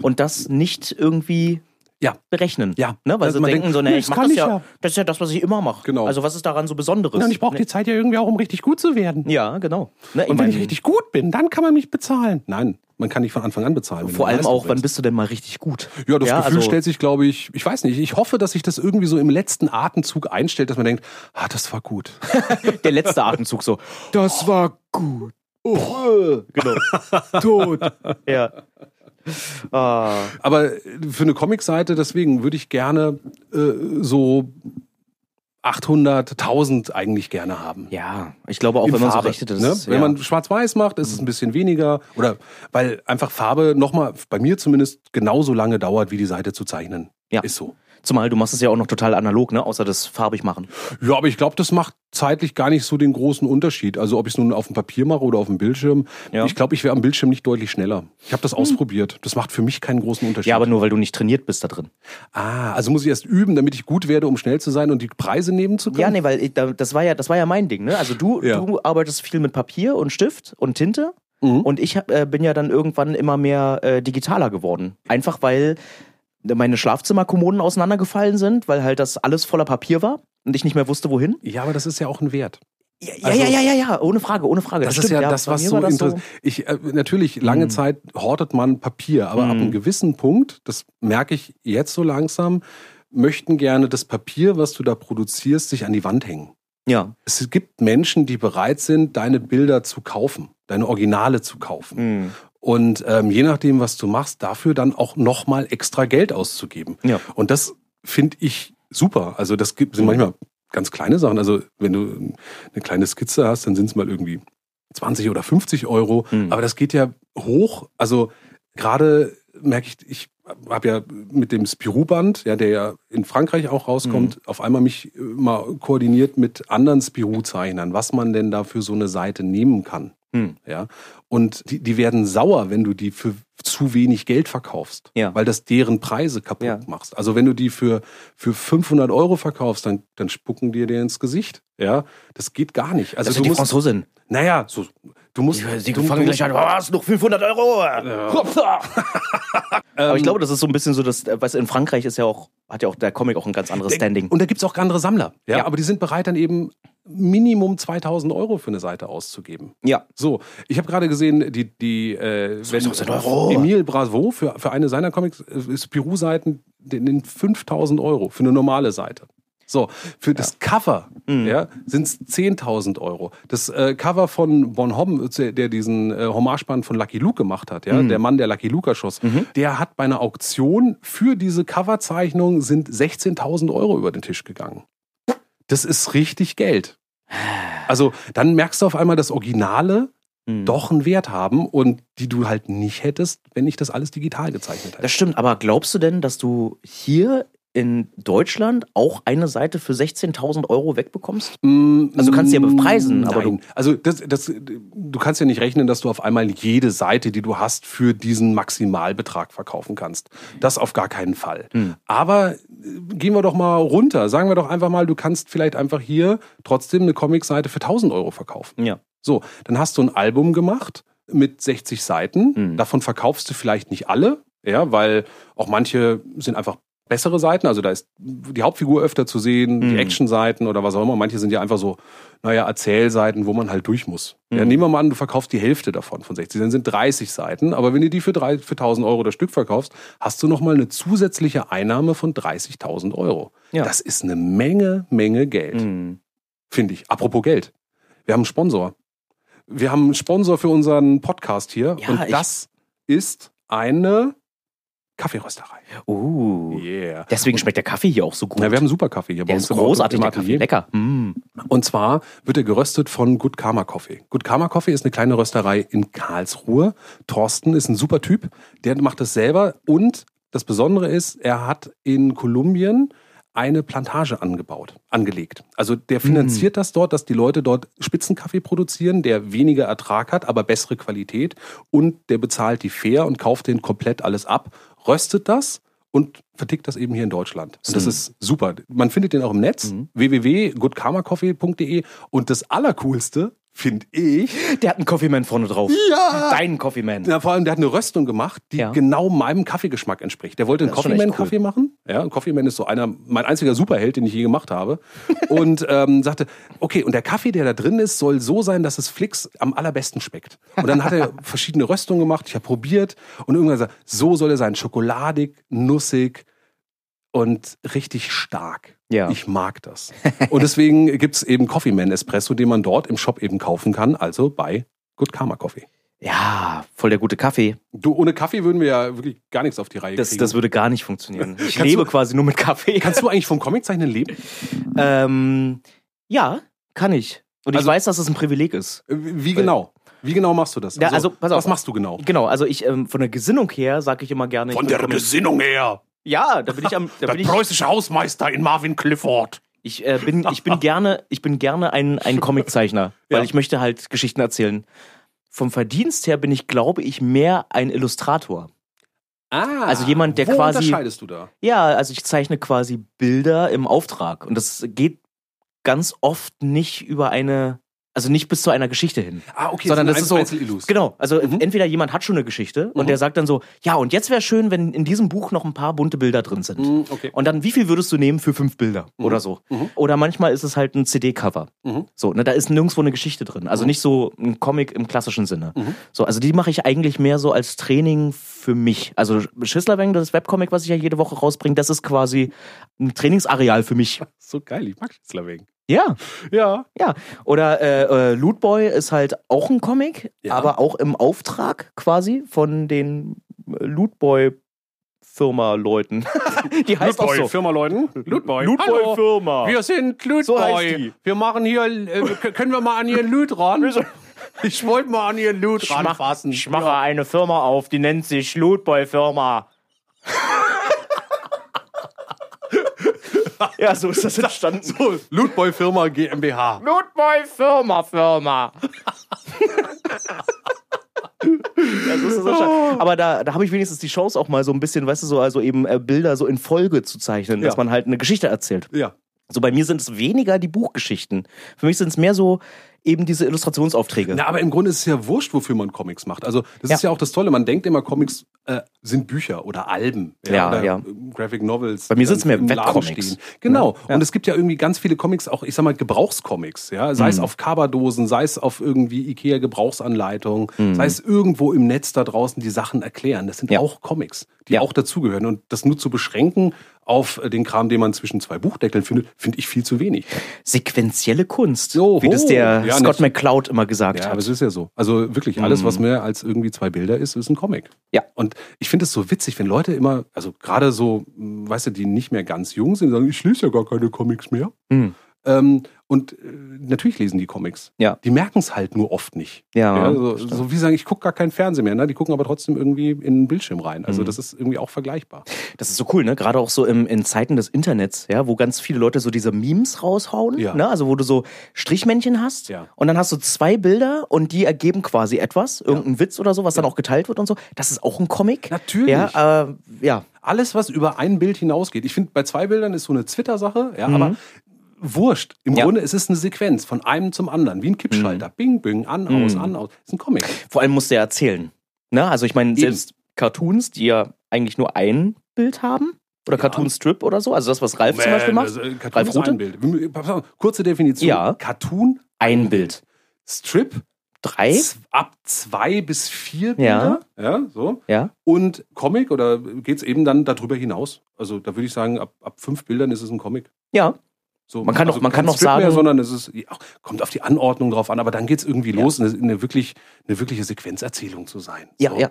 Speaker 3: Und das nicht irgendwie
Speaker 1: Ja.
Speaker 3: berechnen.
Speaker 1: Ah. Ja.
Speaker 3: Ne? Weil
Speaker 1: Also
Speaker 3: sie
Speaker 1: man
Speaker 3: denken
Speaker 1: denkt,
Speaker 3: so,
Speaker 1: nee,
Speaker 3: ne, ich
Speaker 1: das
Speaker 3: mach
Speaker 1: kann
Speaker 3: das
Speaker 1: ich
Speaker 3: ja,
Speaker 1: ja.
Speaker 3: Das ist ja das, was ich immer mache.
Speaker 1: Genau.
Speaker 3: Also was ist daran so Besonderes? Ne?
Speaker 1: Ja, Und ich brauche die Zeit ja irgendwie auch, um richtig gut zu werden.
Speaker 3: Ja, genau. Ne,
Speaker 1: Und wenn
Speaker 3: mein,
Speaker 1: ich richtig gut bin, dann kann man mich bezahlen. Nein, man kann nicht von Anfang an bezahlen. wenn du
Speaker 3: vor allem
Speaker 1: Leistung
Speaker 3: auch, wann
Speaker 1: bringst.
Speaker 3: bist du denn mal richtig gut?
Speaker 1: Ja, das Gefühl
Speaker 3: also,
Speaker 1: stellt sich, glaube ich, ich weiß nicht, ich hoffe, dass sich das irgendwie so im letzten Atemzug einstellt, dass man denkt, ah, das war gut.
Speaker 3: Der letzte Atemzug so.
Speaker 5: Das war gut.
Speaker 3: Genau.
Speaker 5: Tot.
Speaker 3: ja. Ah.
Speaker 1: Aber äh, für eine Comicseite, deswegen würde ich gerne äh, so 800, 1000 eigentlich gerne haben.
Speaker 3: Ja, ich glaube auch, wenn man so rechnet, das
Speaker 1: ne?
Speaker 3: ist,
Speaker 1: Wenn
Speaker 3: ja.
Speaker 1: man schwarz-weiß macht, ist es ein bisschen weniger. Oder weil einfach Farbe nochmal, bei mir zumindest, genauso lange dauert, wie die Seite zu zeichnen.
Speaker 3: Ja.
Speaker 1: Ist so.
Speaker 3: Zumal du machst es ja auch noch total analog, ne? Außer das farbig machen.
Speaker 1: Ja, aber ich glaube, das macht zeitlich gar nicht so den großen Unterschied. Also ob ich es nun auf dem Papier mache oder auf dem Bildschirm.
Speaker 3: Ja. Hm.
Speaker 1: Ich glaube, ich wäre am Bildschirm nicht deutlich schneller. Ich habe das ausprobiert. Das macht für mich keinen großen Unterschied.
Speaker 3: Ja, aber nur weil du nicht trainiert bist da drin.
Speaker 1: ah, also muss ich erst üben, damit ich gut werde, um schnell zu sein und die Preise nehmen zu können?
Speaker 3: Ja, nee, weil ich, da- das war ja, das war ja mein Ding, ne? Also du,
Speaker 1: Ja.
Speaker 3: du arbeitest viel mit Papier und Stift und Tinte
Speaker 1: Mhm.
Speaker 3: und ich hab, äh, bin ja dann irgendwann immer mehr äh, digitaler geworden. Einfach weil meine Schlafzimmerkommoden auseinandergefallen sind, weil halt das alles voller Papier war und ich nicht mehr wusste, wohin.
Speaker 1: Ja, aber das ist ja auch ein Wert.
Speaker 3: Ja, ja,
Speaker 1: Also-
Speaker 3: ja, ja, ja, ja, ohne Frage, ohne Frage.
Speaker 1: Das, ist
Speaker 3: stimmt,
Speaker 1: ja, das,
Speaker 3: Bei
Speaker 1: was
Speaker 3: mir
Speaker 1: so
Speaker 3: war das Hm.
Speaker 1: interessant. Ich äh, natürlich lange Zeit hortet man Papier, aber ab einem gewissen Punkt, das merke ich jetzt so langsam, möchten gerne das Papier, was du da produzierst, sich an die Wand hängen.
Speaker 3: Ja.
Speaker 1: Es gibt Menschen, die bereit sind, deine Bilder zu kaufen, deine Originale zu kaufen.
Speaker 3: Mhm.
Speaker 1: Und ähm, je nachdem, was du machst, dafür dann auch nochmal extra Geld auszugeben.
Speaker 3: Ja. Mhm.
Speaker 1: Und das finde ich super. Also das gibt, sind manchmal ganz kleine Sachen. Also wenn du eine kleine Skizze hast, dann sind es mal irgendwie 20 oder 50 Euro.
Speaker 3: Mhm.
Speaker 1: Aber das geht ja hoch. Also gerade merke ich, ich habe ja mit dem Spirou-Band, ja, der ja in Frankreich auch rauskommt,
Speaker 3: Mhm.
Speaker 1: auf einmal mich äh, mal koordiniert mit anderen Spirou-Zeichnern, was man denn da für so eine Seite nehmen kann.
Speaker 3: Mhm.
Speaker 1: Ja. Und die, die werden sauer, wenn du die für zu wenig Geld verkaufst,
Speaker 3: Ja.
Speaker 1: weil das deren Preise kaputt
Speaker 3: Ja.
Speaker 1: machst. Also wenn du die für, für 500 Euro verkaufst, dann, dann spucken die dir ins Gesicht. Ja, das geht gar nicht. Also du
Speaker 3: Das sind die
Speaker 1: musst,
Speaker 3: Franzosen.
Speaker 1: naja, so, du musst, du, du musst
Speaker 3: an, was, noch 500 Euro? Aber ich glaube, das ist so ein bisschen so, dass, äh, weißt du, in Frankreich ist ja auch, hat ja auch der Comic auch ein ganz anderes Standing.
Speaker 1: Und da gibt's auch andere Sammler. Ja,
Speaker 3: Ja.
Speaker 1: Aber die sind bereit, dann eben Minimum 2000 Euro für eine Seite auszugeben.
Speaker 3: Ja.
Speaker 1: So, ich habe gerade gesehen, die, die äh, wenn
Speaker 3: Euro.
Speaker 1: Emile Bravo für, für eine seiner Comics, äh, Spirou-Seiten, den, den 5000 Euro für eine normale Seite. So, für das Cover ja, sind es 10.000 Euro. Das äh, Cover von Bon Homme, äh, der diesen äh, Hommageband von Lucky Luke gemacht hat, ja, der Mann, der Lucky Luke erschoss, der hat bei einer Auktion für diese Coverzeichnung sind 16.000 Euro über den Tisch gegangen. Das ist richtig Geld. Also dann merkst du auf einmal, dass Originale
Speaker 3: Hm.
Speaker 1: doch einen Wert haben und die du halt nicht hättest, wenn ich das alles digital gezeichnet hätte.
Speaker 3: Das stimmt, aber glaubst du denn, dass du hier in Deutschland auch eine Seite für 16.000 Euro wegbekommst?
Speaker 1: Mm,
Speaker 3: Also kannst du ja bepreisen, aber du.
Speaker 1: Nein. Also das, das, du kannst ja nicht rechnen, dass du auf einmal jede Seite, die du hast, für diesen Maximalbetrag verkaufen kannst. Das auf gar keinen Fall.
Speaker 3: Hm.
Speaker 1: Aber äh, gehen wir doch mal runter. Sagen wir doch einfach mal, du kannst vielleicht einfach hier trotzdem eine Comicseite für 1000 Euro verkaufen.
Speaker 3: Ja.
Speaker 1: So, dann hast du ein Album gemacht mit 60 Seiten. Davon verkaufst du vielleicht nicht alle, ja, weil auch manche sind einfach bessere Seiten. Also da ist die Hauptfigur öfter zu sehen, die Action-Seiten oder was auch immer. Manche sind ja einfach so, naja, Erzählseiten, wo man halt durch muss. Ja, nehmen wir mal an, du verkaufst die Hälfte davon von 60. Dann sind 30 Seiten. Aber wenn du die für, drei, für 1000 Euro das Stück verkaufst, hast du nochmal eine zusätzliche Einnahme von 30.000 Euro.
Speaker 3: Ja. Mhm. Hm.
Speaker 1: Das ist eine Menge, Menge Geld finde ich. Apropos Geld. Wir haben einen Sponsor. Wir haben einen Sponsor für unseren Podcast hier.
Speaker 3: Ja,
Speaker 1: und
Speaker 3: ich-
Speaker 1: das ist eine Kaffeerösterei.
Speaker 3: Uh.
Speaker 1: Yeah.
Speaker 3: Deswegen schmeckt der Kaffee hier auch so gut.
Speaker 1: Ja, wir haben einen super Kaffee hier. bei
Speaker 3: der
Speaker 1: uns
Speaker 3: ist
Speaker 1: im Auto-
Speaker 3: großartig,
Speaker 1: im
Speaker 3: der Kaffee.
Speaker 1: Atelier.
Speaker 3: Lecker. Mm.
Speaker 1: Und zwar wird er geröstet von Good Karma Coffee. Good Karma Coffee ist eine kleine Rösterei in Karlsruhe. Thorsten ist ein super Typ. Der macht das selber. Und das Besondere ist, er hat in Kolumbien eine Plantage angebaut, angelegt. Also der finanziert das dort, dass die Leute dort Spitzenkaffee produzieren, der weniger Ertrag hat, aber bessere Qualität und der bezahlt die fair und kauft den komplett alles ab, röstet das und vertickt das eben hier in Deutschland. Und das ist super. Man findet den auch im Netz www.goodkarmacoffee.de und das Allercoolste finde ich,
Speaker 3: Der hat einen Coffeeman vorne drauf. Ja. Deinen Coffeeman.
Speaker 1: na, vor allem der hat eine Röstung gemacht, die
Speaker 3: Ja.
Speaker 1: genau meinem Kaffeegeschmack entspricht. Der wollte einen
Speaker 3: Das ist schon echt
Speaker 1: Coffeeman Kaffee machen. Ja, ein Coffeeman ist so einer, mein einziger Superheld, den ich je gemacht habe. und ähm, sagte, okay, und der Kaffee, der da drin ist, soll so sein, dass es Flix am allerbesten schmeckt. Und dann hat er verschiedene Röstungen gemacht, ich habe probiert und irgendwann gesagt, so soll er sein, schokoladig, nussig und richtig stark.
Speaker 3: Ja.
Speaker 1: Ich mag das. Und deswegen gibt's eben Coffeeman Espresso, den man dort im Shop eben kaufen kann, also bei Good Karma Coffee.
Speaker 3: Ja, voll der gute Kaffee.
Speaker 1: Du, ohne Kaffee würden wir ja wirklich gar nichts auf die Reihe
Speaker 3: Das,
Speaker 1: kriegen.
Speaker 3: das würde gar nicht funktionieren. Ich
Speaker 1: Kannst
Speaker 3: lebe
Speaker 1: du-
Speaker 3: quasi nur mit Kaffee.
Speaker 1: Kannst du eigentlich vom Comiczeichnen leben? Äh,
Speaker 3: Ähm, ja, kann ich. Und ich
Speaker 1: Also-
Speaker 3: weiß, dass es ein Privileg ist.
Speaker 1: Wie genau? Wie genau machst du das?
Speaker 3: Ja, also, pass auf.
Speaker 1: was machst du genau?
Speaker 3: Genau, also ich ähm, von der Gesinnung her sage ich immer gerne. ich bin Comic-
Speaker 1: Gesinnung her!
Speaker 3: Ja, da bin ich am. Da bin ich,
Speaker 1: preußische Hausmeister in Marvin Clifford.
Speaker 3: ich, äh, bin, ich bin gerne, ich bin gerne ein, ein Comiczeichner, weil
Speaker 1: Ja.
Speaker 3: ich möchte halt Geschichten erzählen. Vom Verdienst her bin ich, glaube ich, mehr ein Illustrator.
Speaker 1: Ah,
Speaker 3: Also jemand, der
Speaker 1: wo
Speaker 3: quasi-
Speaker 1: unterscheidest du da?
Speaker 3: Ja, also ich zeichne quasi Bilder im Auftrag und das geht ganz oft nicht über eine, also nicht bis zu einer Geschichte hin.
Speaker 1: Ah, okay,
Speaker 3: sondern
Speaker 1: sind
Speaker 3: das ist so
Speaker 1: Einzelillus.
Speaker 3: Genau, also
Speaker 1: Mhm.
Speaker 3: entweder jemand hat schon eine Geschichte und der sagt dann so, ja, und jetzt wäre schön, wenn in diesem Buch noch ein paar bunte Bilder drin sind.
Speaker 1: Hm, okay.
Speaker 3: Und dann, wie viel würdest du nehmen für fünf Bilder oder so?
Speaker 1: Mhm.
Speaker 3: Oder manchmal ist es halt ein CD-Cover.
Speaker 1: Mhm.
Speaker 3: So, ne, da ist nirgendwo eine Geschichte drin. Also nicht so ein Comic im klassischen Sinne.
Speaker 1: Mhm.
Speaker 3: So, also die mache ich eigentlich mehr so als Training für mich. Also Schisslerweng, das Webcomic, was ich ja jede Woche rausbringe, das ist quasi ein Trainingsareal für mich.
Speaker 1: So geil, ich mag Schlitzlerwegen.
Speaker 3: Ja,
Speaker 1: Ja.
Speaker 3: ja. Oder äh, äh, Lootboy ist halt auch ein Comic,
Speaker 1: Ja.
Speaker 3: aber auch im Auftrag quasi von den äh, Lootboy Firma Leuten. die heißt auch so.
Speaker 1: Firma Leuten. Ludboy.
Speaker 3: Lootboy
Speaker 1: Hallo.
Speaker 3: Firma.
Speaker 1: Wir sind
Speaker 3: So
Speaker 1: Ludboy.
Speaker 3: heißt die.
Speaker 1: wir machen hier, äh, k- können wir mal an ihren Lüd ran? Ich wollte mal an ihren Lüd
Speaker 3: mach-
Speaker 1: ranfassen.
Speaker 3: Ich mache eine Firma auf, die nennt sich Lootboy Firma. ja, so ist das entstanden.
Speaker 1: So, Ludboy Firma GmbH.
Speaker 3: Lootboy Firma Firma. Ja, so ist das entstanden. Aber da, da habe ich wenigstens die Chance auch mal so ein bisschen, weißt du, so also eben äh, Bilder so in Folge zu zeichnen, dass
Speaker 1: Ja.
Speaker 3: man halt eine Geschichte erzählt.
Speaker 1: Ja.
Speaker 3: So bei mir sind es weniger die Buchgeschichten. Für mich sind es mehr so, eben diese Illustrationsaufträge.
Speaker 1: Na, aber im Grunde ist es ja wurscht, wofür man Comics macht. Also, das ist ja auch das Tolle. Man denkt immer, Comics äh, sind Bücher oder Alben.
Speaker 3: Ja,
Speaker 1: oder
Speaker 3: ja.
Speaker 1: äh, Graphic Novels.
Speaker 3: Bei mir
Speaker 1: die
Speaker 3: sind's mehr
Speaker 1: im Laden
Speaker 3: Webcomics.
Speaker 1: stehen. Genau. Und es gibt ja irgendwie ganz viele Comics, auch, ich sag mal, Gebrauchscomics. Ja? Sei
Speaker 3: Mhm.
Speaker 1: es auf Coverdosen, sei es auf irgendwie Ikea-Gebrauchsanleitung, sei es irgendwo im Netz da draußen, die Sachen erklären. Das sind
Speaker 3: Mhm. Ja.
Speaker 1: auch Comics, die
Speaker 3: Ja.
Speaker 1: auch dazugehören. Und das nur zu beschränken auf äh, den Kram, den man zwischen zwei Buchdeckeln findet, finde ich viel zu wenig.
Speaker 3: Sequenzielle Kunst,
Speaker 1: Oho.
Speaker 3: wie das der
Speaker 1: Ja, nicht-
Speaker 3: Scott McCloud immer gesagt
Speaker 1: Ja, aber
Speaker 3: hat.
Speaker 1: es ist ja so. Also wirklich, alles, was mehr als irgendwie zwei Bilder ist, ist ein Comic.
Speaker 3: Mhm. Ja.
Speaker 1: Und ich finde es so witzig, wenn Leute immer, also gerade so, mh, weißt du, die nicht mehr ganz jung sind, sagen, ich lese ja gar keine Comics mehr.
Speaker 3: Hm.
Speaker 1: Ähm, und äh, natürlich lesen die Comics.
Speaker 3: Ja.
Speaker 1: Die merken es halt nur oft nicht.
Speaker 3: Ja,
Speaker 1: so, so wie sagen, ich gucke gar keinen Fernsehen mehr. Ne? Die gucken aber trotzdem irgendwie in den Bildschirm rein.
Speaker 3: Mhm.
Speaker 1: Also das ist irgendwie auch vergleichbar.
Speaker 3: Das ist so cool, ne? Gerade auch so im, in Zeiten des Internets, ja, wo ganz viele Leute so diese Memes raushauen,
Speaker 1: Ja.
Speaker 3: ne? Also wo du so Strichmännchen hast
Speaker 1: Ja.
Speaker 3: und dann hast du zwei Bilder und die ergeben quasi etwas, irgendeinen Witz oder so, was dann auch geteilt wird und so. Das ist auch ein Comic.
Speaker 1: Natürlich.
Speaker 3: Ja, äh, ja.
Speaker 1: alles, was über ein Bild hinausgeht. Ich finde, bei zwei Bildern ist so eine Twitter-Sache, ja, aber wurscht. Im
Speaker 3: Mhm. Ja. Mhm.
Speaker 1: Grunde ist es eine Sequenz von einem zum anderen, wie ein Kippschalter. Bing, bing, an, aus, an, aus. Ist ein Comic.
Speaker 3: Vor allem musst du ja erzählen. Ne? Also ich meine, selbst Cartoons, die ja eigentlich nur ein Bild haben. Oder Cartoon-Strip oder so. Also das, was Ralf zum Beispiel macht.
Speaker 1: Also, äh, Cartoon
Speaker 3: Ralf
Speaker 1: ist ein
Speaker 3: Rute?
Speaker 1: Bild. Wir- pass auf, Kurze Definition.
Speaker 3: Ja.
Speaker 1: Cartoon,
Speaker 3: Ein Bild.
Speaker 1: Strip,
Speaker 3: Drei?
Speaker 1: z- ab zwei bis vier
Speaker 3: Ja.
Speaker 1: Bilder. Ja, so.
Speaker 3: Ja.
Speaker 1: Und Comic, oder geht's eben dann darüber hinaus? Also da würde ich sagen, ab, ab fünf Bildern ist es ein Comic.
Speaker 3: Ja.
Speaker 1: So, also
Speaker 3: Man kann doch- man
Speaker 1: kein
Speaker 3: kann doch
Speaker 1: Strip mehr,
Speaker 3: sagen-
Speaker 1: sondern es ist, ja, kommt auf die Anordnung drauf an, aber dann geht es irgendwie los, eine, eine, wirklich, eine wirkliche Sequenzerzählung zu sein.
Speaker 3: Ja,
Speaker 1: so.
Speaker 3: ja.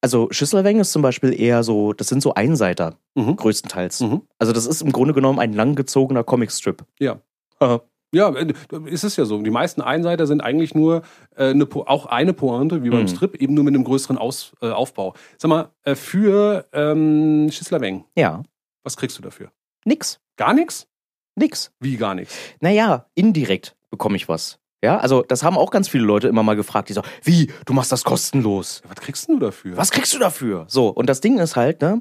Speaker 3: Also Schüsselweng ist zum Beispiel eher so, das sind so Einseiter,
Speaker 1: Mhm.
Speaker 3: größtenteils.
Speaker 1: Mhm.
Speaker 3: Also das ist im Grunde genommen ein langgezogener Comicstrip.
Speaker 1: Ja.
Speaker 3: Aha.
Speaker 1: Ja, äh, es ist ja so. Die meisten Einseiter sind eigentlich nur äh, eine, Po- auch eine Pointe, wie beim
Speaker 3: Mhm.
Speaker 1: Strip, eben nur mit einem größeren Aus, äh, Aufbau. Sag mal, äh, für ähm, Schisslermeng,
Speaker 3: Ja.
Speaker 1: was kriegst du dafür?
Speaker 3: Nix.
Speaker 1: Gar nichts?
Speaker 3: Nix.
Speaker 1: Wie gar nichts?
Speaker 3: Naja, indirekt bekomme ich was. Ja, also das haben auch ganz viele Leute immer mal gefragt, die sagen, wie, du machst das kostenlos.
Speaker 1: Was kriegst du dafür?
Speaker 3: Was kriegst du dafür? So, und das Ding ist halt, ne?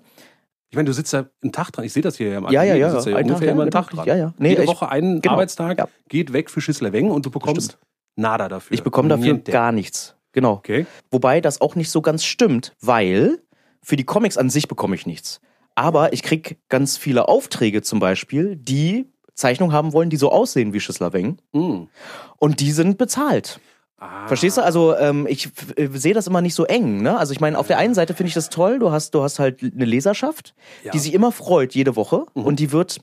Speaker 1: Ich meine, du sitzt da einen Tag dran. Ich sehe das hier ja im
Speaker 3: Ja, ja,
Speaker 1: Atelier.
Speaker 3: ja.
Speaker 1: Du sitzt ja
Speaker 3: Einen Tag,
Speaker 1: ungefähr
Speaker 3: ja,
Speaker 1: immer einen
Speaker 3: genau,
Speaker 1: Tag dran.
Speaker 3: ja, ja. Nee,
Speaker 1: Jede
Speaker 3: ich-
Speaker 1: Woche einen
Speaker 3: genau,
Speaker 1: Arbeitstag
Speaker 3: ja.
Speaker 1: geht weg für Schisslerweng und du bekommst nada dafür.
Speaker 3: Ich bekomme dafür
Speaker 1: Niente.
Speaker 3: gar nichts. Genau.
Speaker 1: Okay.
Speaker 3: Wobei das auch nicht so ganz stimmt, weil für die Comics an sich bekomme ich nichts. Aber ich krieg ganz viele Aufträge zum Beispiel, die Zeichnungen haben wollen, die so aussehen wie Schüsslerweng.
Speaker 1: Mm.
Speaker 3: Und die sind bezahlt.
Speaker 1: Ah.
Speaker 3: Hm. Verstehst du? Also ähm, ich f- äh, sehe das immer nicht so eng. Ne? Also ich meine, auf der einen Seite finde ich das toll. Du hast, du hast halt eine Leserschaft,
Speaker 1: Ja. Mhm.
Speaker 3: die sich immer freut jede Woche und die wird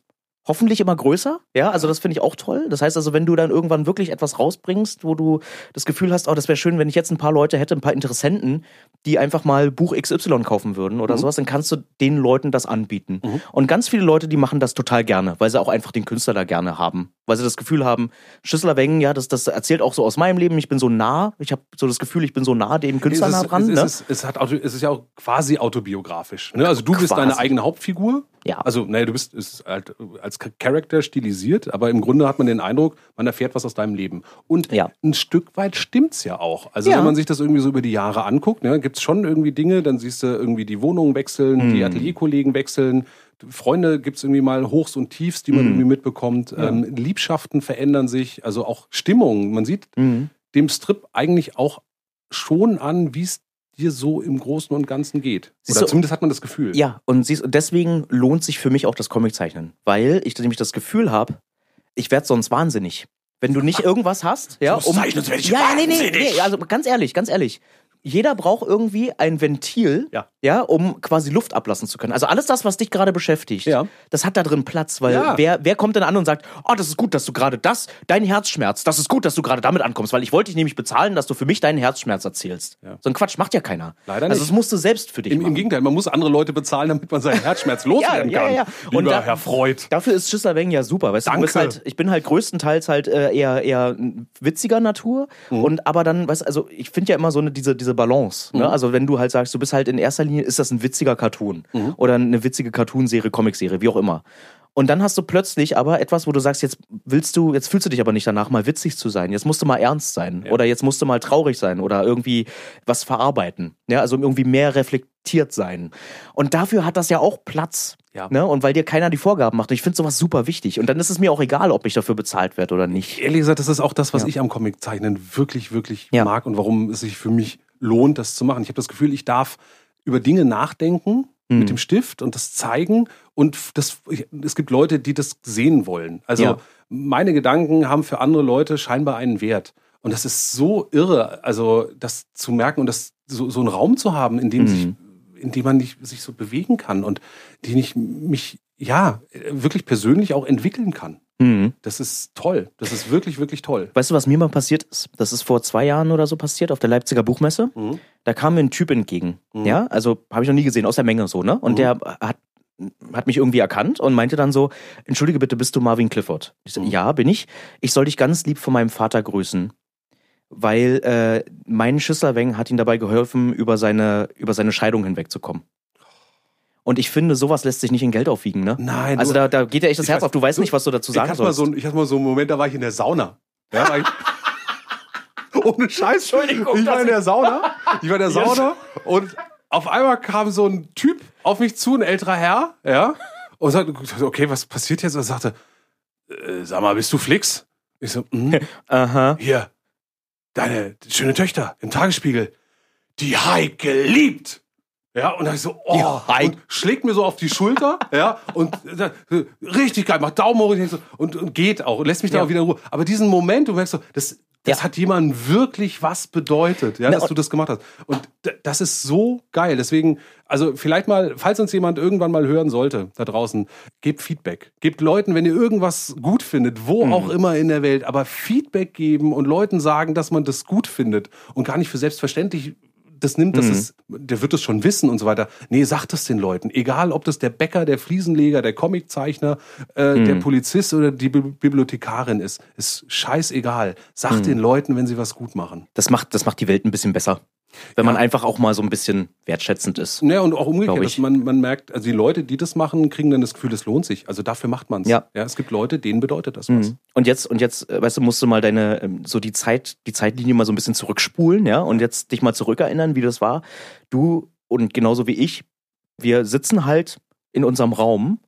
Speaker 3: hoffentlich immer größer. Ja, also das finde ich auch toll. Das heißt also, wenn du dann irgendwann wirklich etwas rausbringst, wo du das Gefühl hast, oh, das wäre schön, wenn ich jetzt ein paar Leute hätte, ein paar Interessenten, die einfach mal Buch XY kaufen würden
Speaker 1: Mhm.
Speaker 3: oder sowas, dann kannst du den Leuten das anbieten. Und ganz viele Leute, die machen das total gerne, weil sie auch einfach den Künstler da gerne haben, weil sie das Gefühl haben, Schüssler Wengen, ja, das, das erzählt auch so aus meinem Leben, ich bin so nah, ich habe so das Gefühl, ich bin so nah dem Künstler
Speaker 1: es
Speaker 3: nah
Speaker 1: ist,
Speaker 3: dran.
Speaker 1: es,
Speaker 3: ne?
Speaker 1: ist, es, hat, auto- es ist ja auch quasi autobiografisch. Ne? Also du bist
Speaker 3: Quasi.
Speaker 1: deine eigene Hauptfigur.
Speaker 3: Ja.
Speaker 1: Also, naja, du bist es ist halt als Charakter stilisiert, aber im Grunde hat man den Eindruck, man erfährt was aus deinem Leben. Und
Speaker 3: Ja.
Speaker 1: ein Stück weit stimmt's ja auch. Also
Speaker 3: Ja.
Speaker 1: wenn man sich das irgendwie so über die Jahre anguckt, ne, gibt's schon irgendwie Dinge, dann siehst du irgendwie die Wohnungen wechseln,
Speaker 3: Hm.
Speaker 1: die Atelierkollegen wechseln. Freunde gibt's irgendwie mal Hochs und Tiefs, die
Speaker 3: Hm.
Speaker 1: man irgendwie mitbekommt. Ähm, Liebschaften verändern sich, also auch Stimmungen. Man sieht
Speaker 3: Mhm.
Speaker 1: dem Strip eigentlich auch schon an, wie es dir so im Großen und Ganzen geht.
Speaker 3: Siehst
Speaker 1: Oder
Speaker 3: du-
Speaker 1: zumindest hat man das Gefühl.
Speaker 3: Ja, und siehst, und deswegen lohnt sich für mich auch das Comiczeichnen, weil ich nämlich das Gefühl habe, ich werde sonst wahnsinnig. Wenn du nicht irgendwas hast, ja, um
Speaker 2: zeichnen, werd ich
Speaker 3: ja, ja, nee, nee,
Speaker 2: wahnsinnig.
Speaker 3: nee, also ganz ehrlich, ganz ehrlich. Jeder braucht irgendwie ein Ventil,
Speaker 1: Ja.
Speaker 3: um quasi Luft ablassen zu können. Also alles das, was dich gerade beschäftigt,
Speaker 1: Ja.
Speaker 3: das hat da drin Platz, weil
Speaker 1: Ja.
Speaker 3: wer, wer kommt denn an und sagt, oh, das ist gut, dass du gerade das, dein Herzschmerz, das ist gut, dass du gerade damit ankommst, weil ich wollte dich nämlich bezahlen, dass du für mich deinen Herzschmerz erzählst. So ein Quatsch macht ja keiner.
Speaker 1: Leider
Speaker 3: Also
Speaker 1: nicht.
Speaker 3: das musst du selbst für dich
Speaker 1: Im,
Speaker 3: machen.
Speaker 1: Im Gegenteil, man muss andere Leute bezahlen, damit man seinen Herzschmerz loswerden
Speaker 3: Ja, ja,
Speaker 1: kann.
Speaker 3: ja, ja.
Speaker 1: Lieber
Speaker 3: Und da-
Speaker 1: Herr Freud.
Speaker 3: Dafür ist Schüsselweng ja super, weißt du, du bist
Speaker 1: Danke.
Speaker 3: halt, ich bin halt größtenteils halt äh, eher eher witziger Natur und aber dann, weißt du, also ich finde ja immer so eine diese diese Balance, ne? Also, wenn du halt sagst, du bist halt in erster Linie ist das ein witziger Cartoon oder eine witzige Cartoonserie, Comicserie, wie auch immer. Und dann hast du plötzlich aber etwas, wo du sagst, jetzt willst du, jetzt fühlst du dich aber nicht danach, mal witzig zu sein. Jetzt musst du mal ernst sein. Oder jetzt musst du mal traurig sein oder irgendwie was verarbeiten. Ja, also irgendwie mehr reflektiert sein. Und dafür hat das ja auch Platz.
Speaker 1: Ja.
Speaker 3: Ne? Und weil dir keiner die Vorgaben macht. Und ich finde sowas super wichtig. Und dann ist es mir auch egal, ob ich dafür bezahlt werde oder nicht.
Speaker 1: Ehrlich gesagt, das ist auch das, was
Speaker 3: Ja.
Speaker 1: ich am Comic-Zeichnen wirklich, wirklich
Speaker 3: Ja.
Speaker 1: mag und warum es sich für mich lohnt, das zu machen. Ich habe das Gefühl, ich darf über Dinge nachdenken
Speaker 3: Hm.
Speaker 1: mit dem Stift und das zeigen und f- das, ich, es gibt Leute, die das sehen wollen. Also
Speaker 3: Ja.
Speaker 1: meine Gedanken haben für andere Leute scheinbar einen Wert. Und das ist so irre, also das zu merken und das so, so einen Raum zu haben, in dem sich,
Speaker 3: Hm.
Speaker 1: in dem man nicht, sich so bewegen kann und den ich mich ja wirklich persönlich auch entwickeln kann.
Speaker 3: Mhm.
Speaker 1: Das ist toll. Das ist wirklich, wirklich toll.
Speaker 3: Weißt du, was mir mal passiert ist? Das ist vor zwei Jahren oder so passiert auf der Leipziger Buchmesse.
Speaker 1: Mhm.
Speaker 3: Da kam mir ein Typ entgegen. Ja, also habe ich noch nie gesehen, aus der Menge so, ne? Und
Speaker 1: Mhm.
Speaker 3: der hat, hat mich irgendwie erkannt und meinte dann so: Entschuldige bitte, bist du Marvin Clifford? Ich
Speaker 1: Mhm.
Speaker 3: so, Ja, bin ich. Ich soll dich ganz lieb von meinem Vater grüßen. Weil äh, mein Schüsselweng hat ihm dabei geholfen, über seine, über seine Scheidung hinwegzukommen. Und ich finde, sowas lässt sich nicht in Geld aufwiegen, ne?
Speaker 1: Nein,
Speaker 3: Also
Speaker 1: du-
Speaker 3: da, da geht dir echt das
Speaker 1: Ich
Speaker 3: Herz
Speaker 1: weiß-
Speaker 3: auf. Du weißt
Speaker 1: du-
Speaker 3: nicht, was du dazu
Speaker 1: Ich
Speaker 3: sagen
Speaker 1: hatte, mal
Speaker 3: sollst.
Speaker 1: so, ein- ich hatte mal so einen Moment, da war ich in der Sauna. Ja, war ich, ohne Scheiß.
Speaker 2: Entschuldigung,
Speaker 1: ich war
Speaker 2: dass
Speaker 1: in der Sauna. Ich war in der Sauna und auf einmal kam so ein Typ auf mich zu, ein älterer Herr, ja, und sagte, okay, was passiert jetzt? Und er sagte, äh, sag mal, bist du Flix? Ich so, mhm.
Speaker 3: Aha.
Speaker 1: hier, deine schöne Töchter im Tagesspiegel, die Heike liebt. Ja, und dann ich so, oh,
Speaker 3: Heike.
Speaker 1: und schlägt mir so auf die Schulter, ja, und dann, äh, richtig geil, macht Daumen hoch und, ich so, und, und geht auch und lässt mich dann auch wieder in Ruhe. Aber diesen Moment, du merkst so, das, das
Speaker 3: Ja.
Speaker 1: hat jemandem wirklich was bedeutet, ja,
Speaker 3: Na,
Speaker 1: dass du das gemacht hast. Und d- das ist so geil. Deswegen, also vielleicht mal, falls uns jemand irgendwann mal hören sollte da draußen, gebt Feedback. Gebt Leuten, wenn ihr irgendwas gut findet, wo
Speaker 3: Mhm.
Speaker 1: auch immer in der Welt, aber Feedback geben und Leuten sagen, dass man das gut findet und gar nicht für selbstverständlich das nimmt,
Speaker 3: Mhm.
Speaker 1: dass es, der wird es schon wissen und so weiter. Nee, sagt es den Leuten. Egal, ob das der Bäcker, der Fliesenleger, der Comiczeichner, äh,
Speaker 3: Mhm.
Speaker 1: der Polizist oder die Bi Bibliothekarin ist. Ist scheißegal.
Speaker 3: Mhm.
Speaker 1: Sagt den Leuten, wenn sie was gut machen.
Speaker 3: das macht, das macht die Welt ein bisschen besser. Wenn man einfach auch mal so ein bisschen wertschätzend ist.
Speaker 1: Naja, und auch umgekehrt,
Speaker 3: Glaub ich.
Speaker 1: dass man, man merkt, also die Leute, die das machen, kriegen dann das Gefühl, es lohnt sich. Also dafür macht man es.
Speaker 3: Ja. Mhm.
Speaker 1: es gibt Leute, denen bedeutet das was.
Speaker 3: Und jetzt, und jetzt, äh, weißt du, musst du mal deine, ähm, so die Zeit, die Zeitlinie mal so ein bisschen zurückspulen, ja, und jetzt dich mal zurückerinnern, wie das war. Du und genauso wie ich, wir sitzen halt in unserem Raum,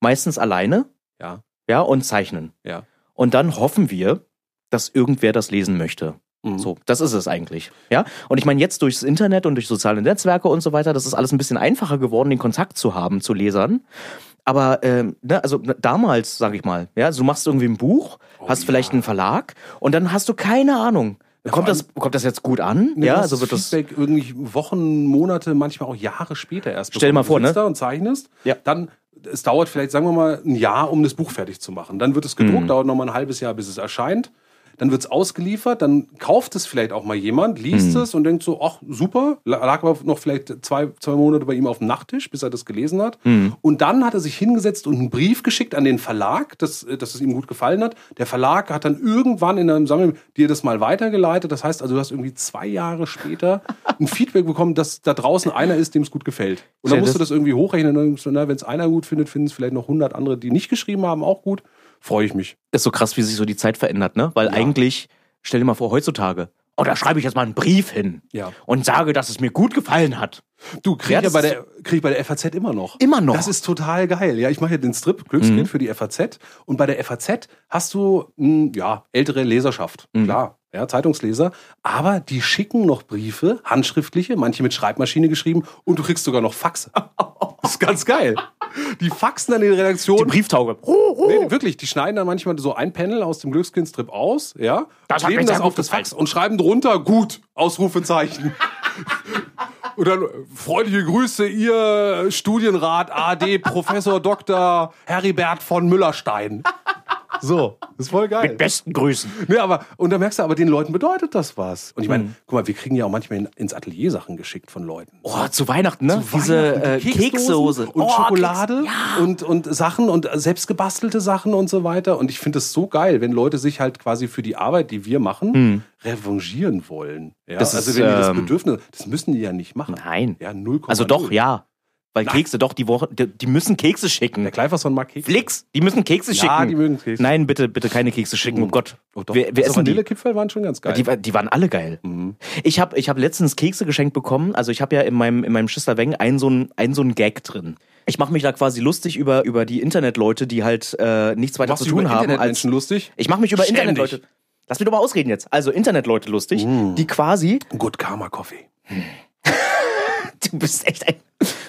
Speaker 3: meistens alleine,
Speaker 1: Ja.
Speaker 3: ja, und zeichnen.
Speaker 1: Ja.
Speaker 3: Und dann hoffen wir, dass irgendwer das lesen möchte.
Speaker 1: Mhm.
Speaker 3: So, das ist es eigentlich. Ja? Und ich meine, jetzt durchs Internet und durch soziale Netzwerke und so weiter, das ist alles ein bisschen einfacher geworden, den Kontakt zu haben zu Lesern. Aber ähm, ne, also ne, damals, sag ich mal, ja, also du machst irgendwie ein Buch,
Speaker 1: Oh
Speaker 3: hast vielleicht einen Verlag und dann hast du keine Ahnung. kommt, das, kommt das jetzt gut an?
Speaker 1: Ne,
Speaker 3: ja,
Speaker 1: du hast
Speaker 3: also wird das.
Speaker 1: Feedback irgendwie Wochen, Monate, manchmal auch Jahre später erst.
Speaker 3: Stell dir mal
Speaker 1: bekommen.
Speaker 3: vor,
Speaker 1: du sitzt
Speaker 3: ne?
Speaker 1: da und zeichnest,
Speaker 3: Ja.
Speaker 1: dann es dauert vielleicht, sagen wir mal, ein Jahr, um das Buch fertig zu machen. Dann wird es gedruckt, dauert noch mal ein halbes Jahr, bis es erscheint. Dann wird es ausgeliefert, dann kauft es vielleicht auch mal jemand, liest es und denkt so, ach super, la- lag aber noch vielleicht zwei, zwei Monate bei ihm auf dem Nachttisch, bis er das gelesen hat. Und dann hat er sich hingesetzt und einen Brief geschickt an den Verlag, dass, äh, dass es ihm gut gefallen hat. Der Verlag hat dann irgendwann in einem Sammel dir das mal weitergeleitet. Das heißt also, du hast irgendwie zwei Jahre später ein Feedback bekommen, dass da draußen einer ist, dem es gut gefällt. Und dann
Speaker 3: Ja,
Speaker 1: musst du
Speaker 3: das-
Speaker 1: das irgendwie hochrechnen. und dann so, na, Wenn es einer gut findet, finden es vielleicht noch 100 andere, die nicht geschrieben haben, auch gut. Freue ich mich.
Speaker 3: ist so krass, wie sich so die Zeit verändert, ne? Weil eigentlich, stell dir mal vor, heutzutage, oh, da schreibe ich jetzt mal einen Brief hin
Speaker 1: Ja.
Speaker 3: und sage, dass es mir gut gefallen hat.
Speaker 1: Du kriegst ja,
Speaker 3: Ja, das
Speaker 1: bei,
Speaker 3: ist-
Speaker 1: der, krieg ich bei der FAZ immer noch.
Speaker 3: Immer noch. Mhm.
Speaker 1: Das ist total geil. Ja, ich mache ja den Strip Glückskind für die FAZ. Und bei der FAZ hast du, mh, ja, ältere Leserschaft.
Speaker 3: Mhm.
Speaker 1: Klar. Ja, Zeitungsleser. Aber die schicken noch Briefe, handschriftliche, manche mit Schreibmaschine geschrieben. Und du kriegst sogar noch Faxe. Das ist ganz geil. Die faxen an die Redaktion.
Speaker 3: Die Brieftauge.
Speaker 1: Nee, wirklich, die schneiden dann manchmal so ein Panel aus dem Glückskindstrip aus, ja,
Speaker 3: Das hat
Speaker 1: kleben
Speaker 3: mir sehr
Speaker 1: das
Speaker 3: gut
Speaker 1: auf das
Speaker 3: gefallen.
Speaker 1: Fax und schreiben drunter gut, Ausrufezeichen. Und dann äh, freundliche Grüße, ihr Studienrat AD Professor Dr. Heribert von Müllerstein. So, ist voll geil.
Speaker 3: Besten Grüßen.
Speaker 1: Ja, aber, und da merkst du, aber den Leuten bedeutet das was. Und ich meine,
Speaker 3: Mhm.
Speaker 1: guck mal, wir kriegen ja auch manchmal in, ins Atelier Sachen geschickt von Leuten.
Speaker 3: Oh, zu Weihnachten, ne?
Speaker 1: Weihnachten,
Speaker 3: Diese äh,
Speaker 1: die Keksdosen
Speaker 3: Kekssoße.
Speaker 1: und
Speaker 3: oh,
Speaker 1: Schokolade und, und Sachen und äh, selbstgebastelte Sachen und so weiter. Und ich finde es so geil, wenn Leute sich halt quasi für die Arbeit, die wir machen, revanchieren wollen. Ja?
Speaker 3: Hm. Das
Speaker 1: also
Speaker 3: ist,
Speaker 1: wenn die das
Speaker 3: ähm,
Speaker 1: Bedürfnis, das müssen die ja nicht machen.
Speaker 3: Nein.
Speaker 1: Ja, 0,
Speaker 3: Also doch, ja. Weil Kekse, doch, die Woche, die, die müssen Kekse schicken.
Speaker 1: Der Kleiferson mag Kekse.
Speaker 3: Flix, die müssen Kekse
Speaker 1: Ja,
Speaker 3: schicken.
Speaker 1: die mögen Kekse.
Speaker 3: Nein, bitte, bitte keine Kekse schicken. Oh Gott.
Speaker 1: Oh, doch. Mhm.
Speaker 3: Wir, wir
Speaker 1: so
Speaker 3: essen die.
Speaker 1: Vanillekipferl waren schon ganz geil.
Speaker 3: Die, wa- die waren alle geil. Ich habe ich hab letztens Kekse geschenkt bekommen. Also ich habe ja in meinem, in meinem Schisterweng einen so einen, einen so einen Gag drin. Ich mache mich da quasi lustig über, über die Internetleute, die halt äh, nichts weiter
Speaker 1: Machst
Speaker 3: zu
Speaker 1: du
Speaker 3: tun
Speaker 1: über
Speaker 3: haben als.
Speaker 1: Internetmenschen lustig?
Speaker 3: Ich mache mich über
Speaker 1: Ständig.
Speaker 3: Internetleute. Lass mich doch mal ausreden jetzt. Also Internetleute lustig, die quasi
Speaker 1: Good Karma Coffee.
Speaker 3: Du bist echt ein.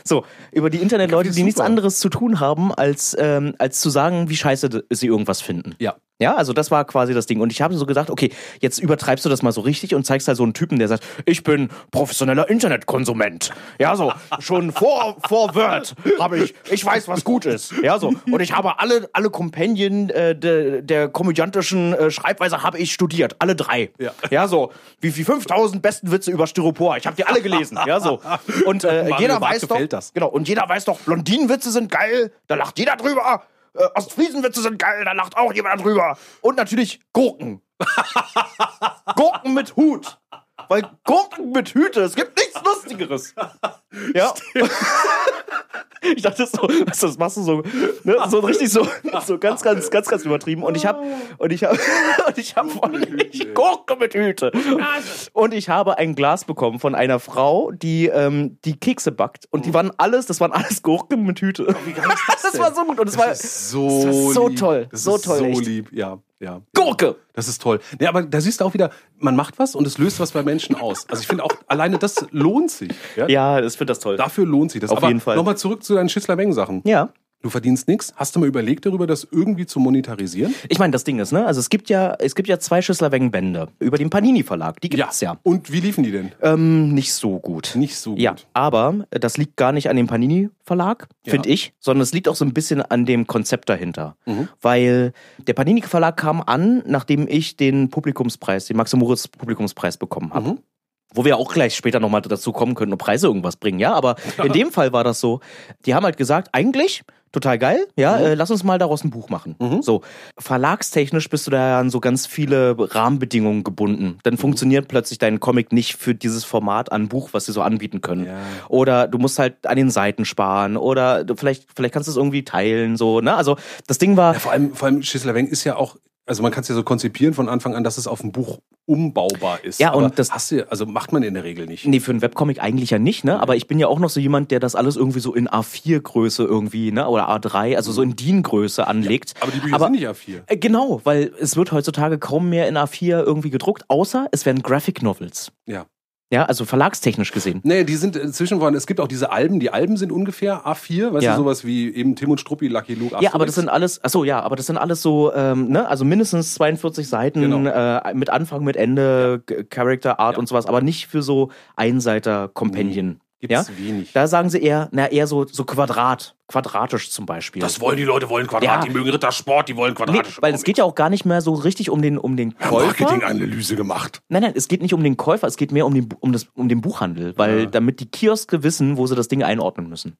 Speaker 3: So, über die Internetleute, die nichts
Speaker 1: super.
Speaker 3: anderes zu tun haben, als, ähm, als zu sagen, wie scheiße d- sie irgendwas finden.
Speaker 1: Ja.
Speaker 3: Ja, also das war quasi das Ding. Und ich habe so gedacht, okay, jetzt übertreibst du das mal so richtig und zeigst halt so einen Typen, der sagt, ich bin professioneller Internetkonsument. Ja, so, schon vor, vor Word habe ich, ich weiß, was gut ist. Ja, so. Und ich habe alle, alle Kompendien äh, de, der komödiantischen äh, Schreibweise habe ich studiert. Alle drei.
Speaker 1: Ja.
Speaker 3: ja so. Wie, wie 5000 besten Witze über Styropor. Ich habe die alle gelesen. Ja, so. Und äh,
Speaker 1: Mario
Speaker 3: jeder
Speaker 1: Barth
Speaker 3: weiß doch,
Speaker 1: gefällt das.
Speaker 3: genau, und jeder weiß doch, Blondinenwitze sind geil, da lacht jeder drüber. Äh, Ostfriesenwitze sind geil, da lacht auch jemand drüber. Und natürlich Gurken. Gurken mit Hut. Weil Gurken mit Hüte, es gibt nichts Lustigeres. Ja. Ich dachte so, was, das machst du so, ne, so richtig so, so ganz, ganz, ganz, ganz übertrieben. Und ich habe, und ich habe, und ich habe Gurke mit Hüte. Und ich habe ein Glas bekommen von einer Frau, die ähm, die Kekse backt. Und die waren alles, das waren alles Gurken mit Hüte.
Speaker 1: Oh,
Speaker 3: Das war so gut und es war
Speaker 1: So,
Speaker 3: das ist so
Speaker 1: lieb.
Speaker 3: toll,
Speaker 1: Das
Speaker 3: so
Speaker 1: ist
Speaker 3: toll,
Speaker 1: So
Speaker 3: echt.
Speaker 1: lieb, ja. ja.
Speaker 3: Gurke.
Speaker 1: Das ist toll. Nee, aber da siehst du auch wieder, man macht was und es löst was bei Menschen aus. Also ich finde auch, alleine das lohnt sich. Ja?
Speaker 3: Ja, ich finde das toll.
Speaker 1: Dafür lohnt sich das.
Speaker 3: Auf
Speaker 1: aber
Speaker 3: jeden Fall.
Speaker 1: Nochmal zurück zu deinen Schissler-Meng-Sachen.
Speaker 3: Ja.
Speaker 1: Du verdienst nichts. Hast du mal überlegt, darüber das irgendwie zu monetarisieren?
Speaker 3: Ich meine, das Ding ist, ne? Also es gibt ja, es gibt ja zwei Schüsslerwengen-Bände über den Panini-Verlag. Die gibt's ja.
Speaker 1: Und wie liefen die denn?
Speaker 3: Ähm, nicht so gut.
Speaker 1: Nicht so gut.
Speaker 3: Ja, aber äh, das liegt gar nicht an dem Panini-Verlag, finde ich, sondern es liegt auch so ein bisschen an dem Konzept dahinter. Weil der Panini-Verlag kam an, nachdem ich den Publikumspreis, den Max-Moritz-Publikumspreis bekommen
Speaker 1: Mhm.
Speaker 3: habe. Wo wir auch gleich später nochmal dazu kommen können und Preise irgendwas bringen, ja. Aber in dem Fall war das so. Die haben halt gesagt, eigentlich total geil, ja, äh, lass uns mal daraus ein Buch machen. So, verlagstechnisch bist du da ja an so ganz viele Rahmenbedingungen gebunden. Dann funktioniert plötzlich dein Comic nicht für dieses Format an Buch, was sie so anbieten können. Oder du musst halt an den Seiten sparen oder du, vielleicht, vielleicht kannst du es irgendwie teilen, so, ne? Also, das Ding war.
Speaker 1: Ja, vor allem, vor allem Schissler-Weng ist ja auch, also man kann es ja so konzipieren von Anfang an, dass es auf ein Buch umbaubar ist.
Speaker 3: Ja, und
Speaker 1: aber
Speaker 3: das-
Speaker 1: hast du, also macht man in der Regel nicht.
Speaker 3: Nee, für einen Webcomic eigentlich ja nicht, ne? Aber ich bin ja auch noch so jemand, der das alles irgendwie so in A4-Größe irgendwie, ne? Oder A3, also so in DIN-Größe anlegt.
Speaker 1: Aber die Bücher sind nicht A4.
Speaker 3: Äh, Genau, weil es wird heutzutage kaum mehr in A4 irgendwie gedruckt, außer es werden Graphic Novels.
Speaker 1: Ja.
Speaker 3: Ja, also verlagstechnisch gesehen.
Speaker 1: Nee, die sind inzwischen worden. Es gibt auch diese Alben. Die Alben sind ungefähr A4, weißt
Speaker 3: Ja.
Speaker 1: du, sowas wie eben Tim und Struppi, Lucky Luke,
Speaker 3: Ja, aber
Speaker 1: Asterix.
Speaker 3: das sind alles, ach so, ja, aber das sind alles so, ähm, ne, also mindestens 42 Seiten
Speaker 1: Genau.
Speaker 3: äh, mit Anfang, mit Ende, G- Character, Art und sowas, aber nicht für so
Speaker 1: Mhm.
Speaker 3: Einseiter-Companion.
Speaker 1: Gibt's
Speaker 3: ja?
Speaker 1: wenig.
Speaker 3: Da sagen sie eher, na, eher so, so Quadrat, quadratisch zum Beispiel.
Speaker 1: Das wollen die Leute, wollen Quadrat,
Speaker 3: Ja.
Speaker 1: die mögen Rittersport, die wollen
Speaker 3: nee,
Speaker 1: quadratisch.
Speaker 3: weil es geht ja auch gar nicht mehr so richtig um den, um den Käufer.
Speaker 1: Marketinganalyse gemacht.
Speaker 3: Nein, nein, es geht nicht um den Käufer, es geht mehr um den, Bu- um das, um den Buchhandel, weil damit die Kioske wissen, wo sie das Ding einordnen müssen.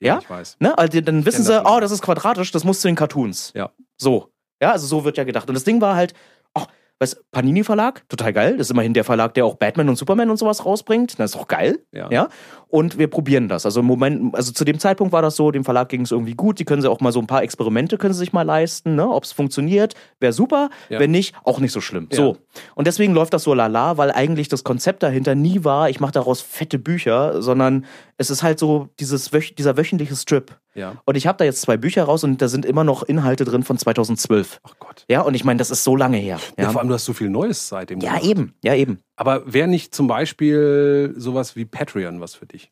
Speaker 3: Ja?
Speaker 1: Ich weiß.
Speaker 3: Ne? Also dann
Speaker 1: kenn
Speaker 3: wissen
Speaker 1: das
Speaker 3: sie,
Speaker 1: schon.
Speaker 3: oh, das ist quadratisch, das muss zu den Cartoons.
Speaker 1: Ja.
Speaker 3: So. Ja, also so wird ja gedacht. Und das Ding war halt, oh, weißt du, Panini Verlag, total geil. Das ist immerhin der Verlag, der auch Batman und Superman und sowas rausbringt. Das ist doch geil.
Speaker 1: Ja.
Speaker 3: Und wir probieren das. Also im Moment, also zu dem Zeitpunkt war das so, dem Verlag ging es irgendwie gut. Die können sie auch mal so ein paar Experimente können sie sich mal leisten, ne? Ob es funktioniert, wäre super.
Speaker 1: Ja.
Speaker 3: Wenn nicht, auch nicht so schlimm. So. Und deswegen läuft das so lala, weil eigentlich das Konzept dahinter nie war, ich mache daraus fette Bücher, sondern es ist halt so dieses, wöch- dieser wöchentliche Strip.
Speaker 1: Ja.
Speaker 3: Und ich habe da jetzt zwei Bücher raus und da sind immer noch Inhalte drin von 2012.
Speaker 1: Ach Gott.
Speaker 3: Ja, und ich meine, das ist so lange her.
Speaker 1: Ja.
Speaker 3: Ja,
Speaker 1: vor allem, du hast so viel Neues seitdem.
Speaker 3: ja eh.
Speaker 1: gemacht.
Speaker 3: eben, ja eben.
Speaker 1: Aber wäre nicht zum Beispiel sowas wie Patreon was für dich?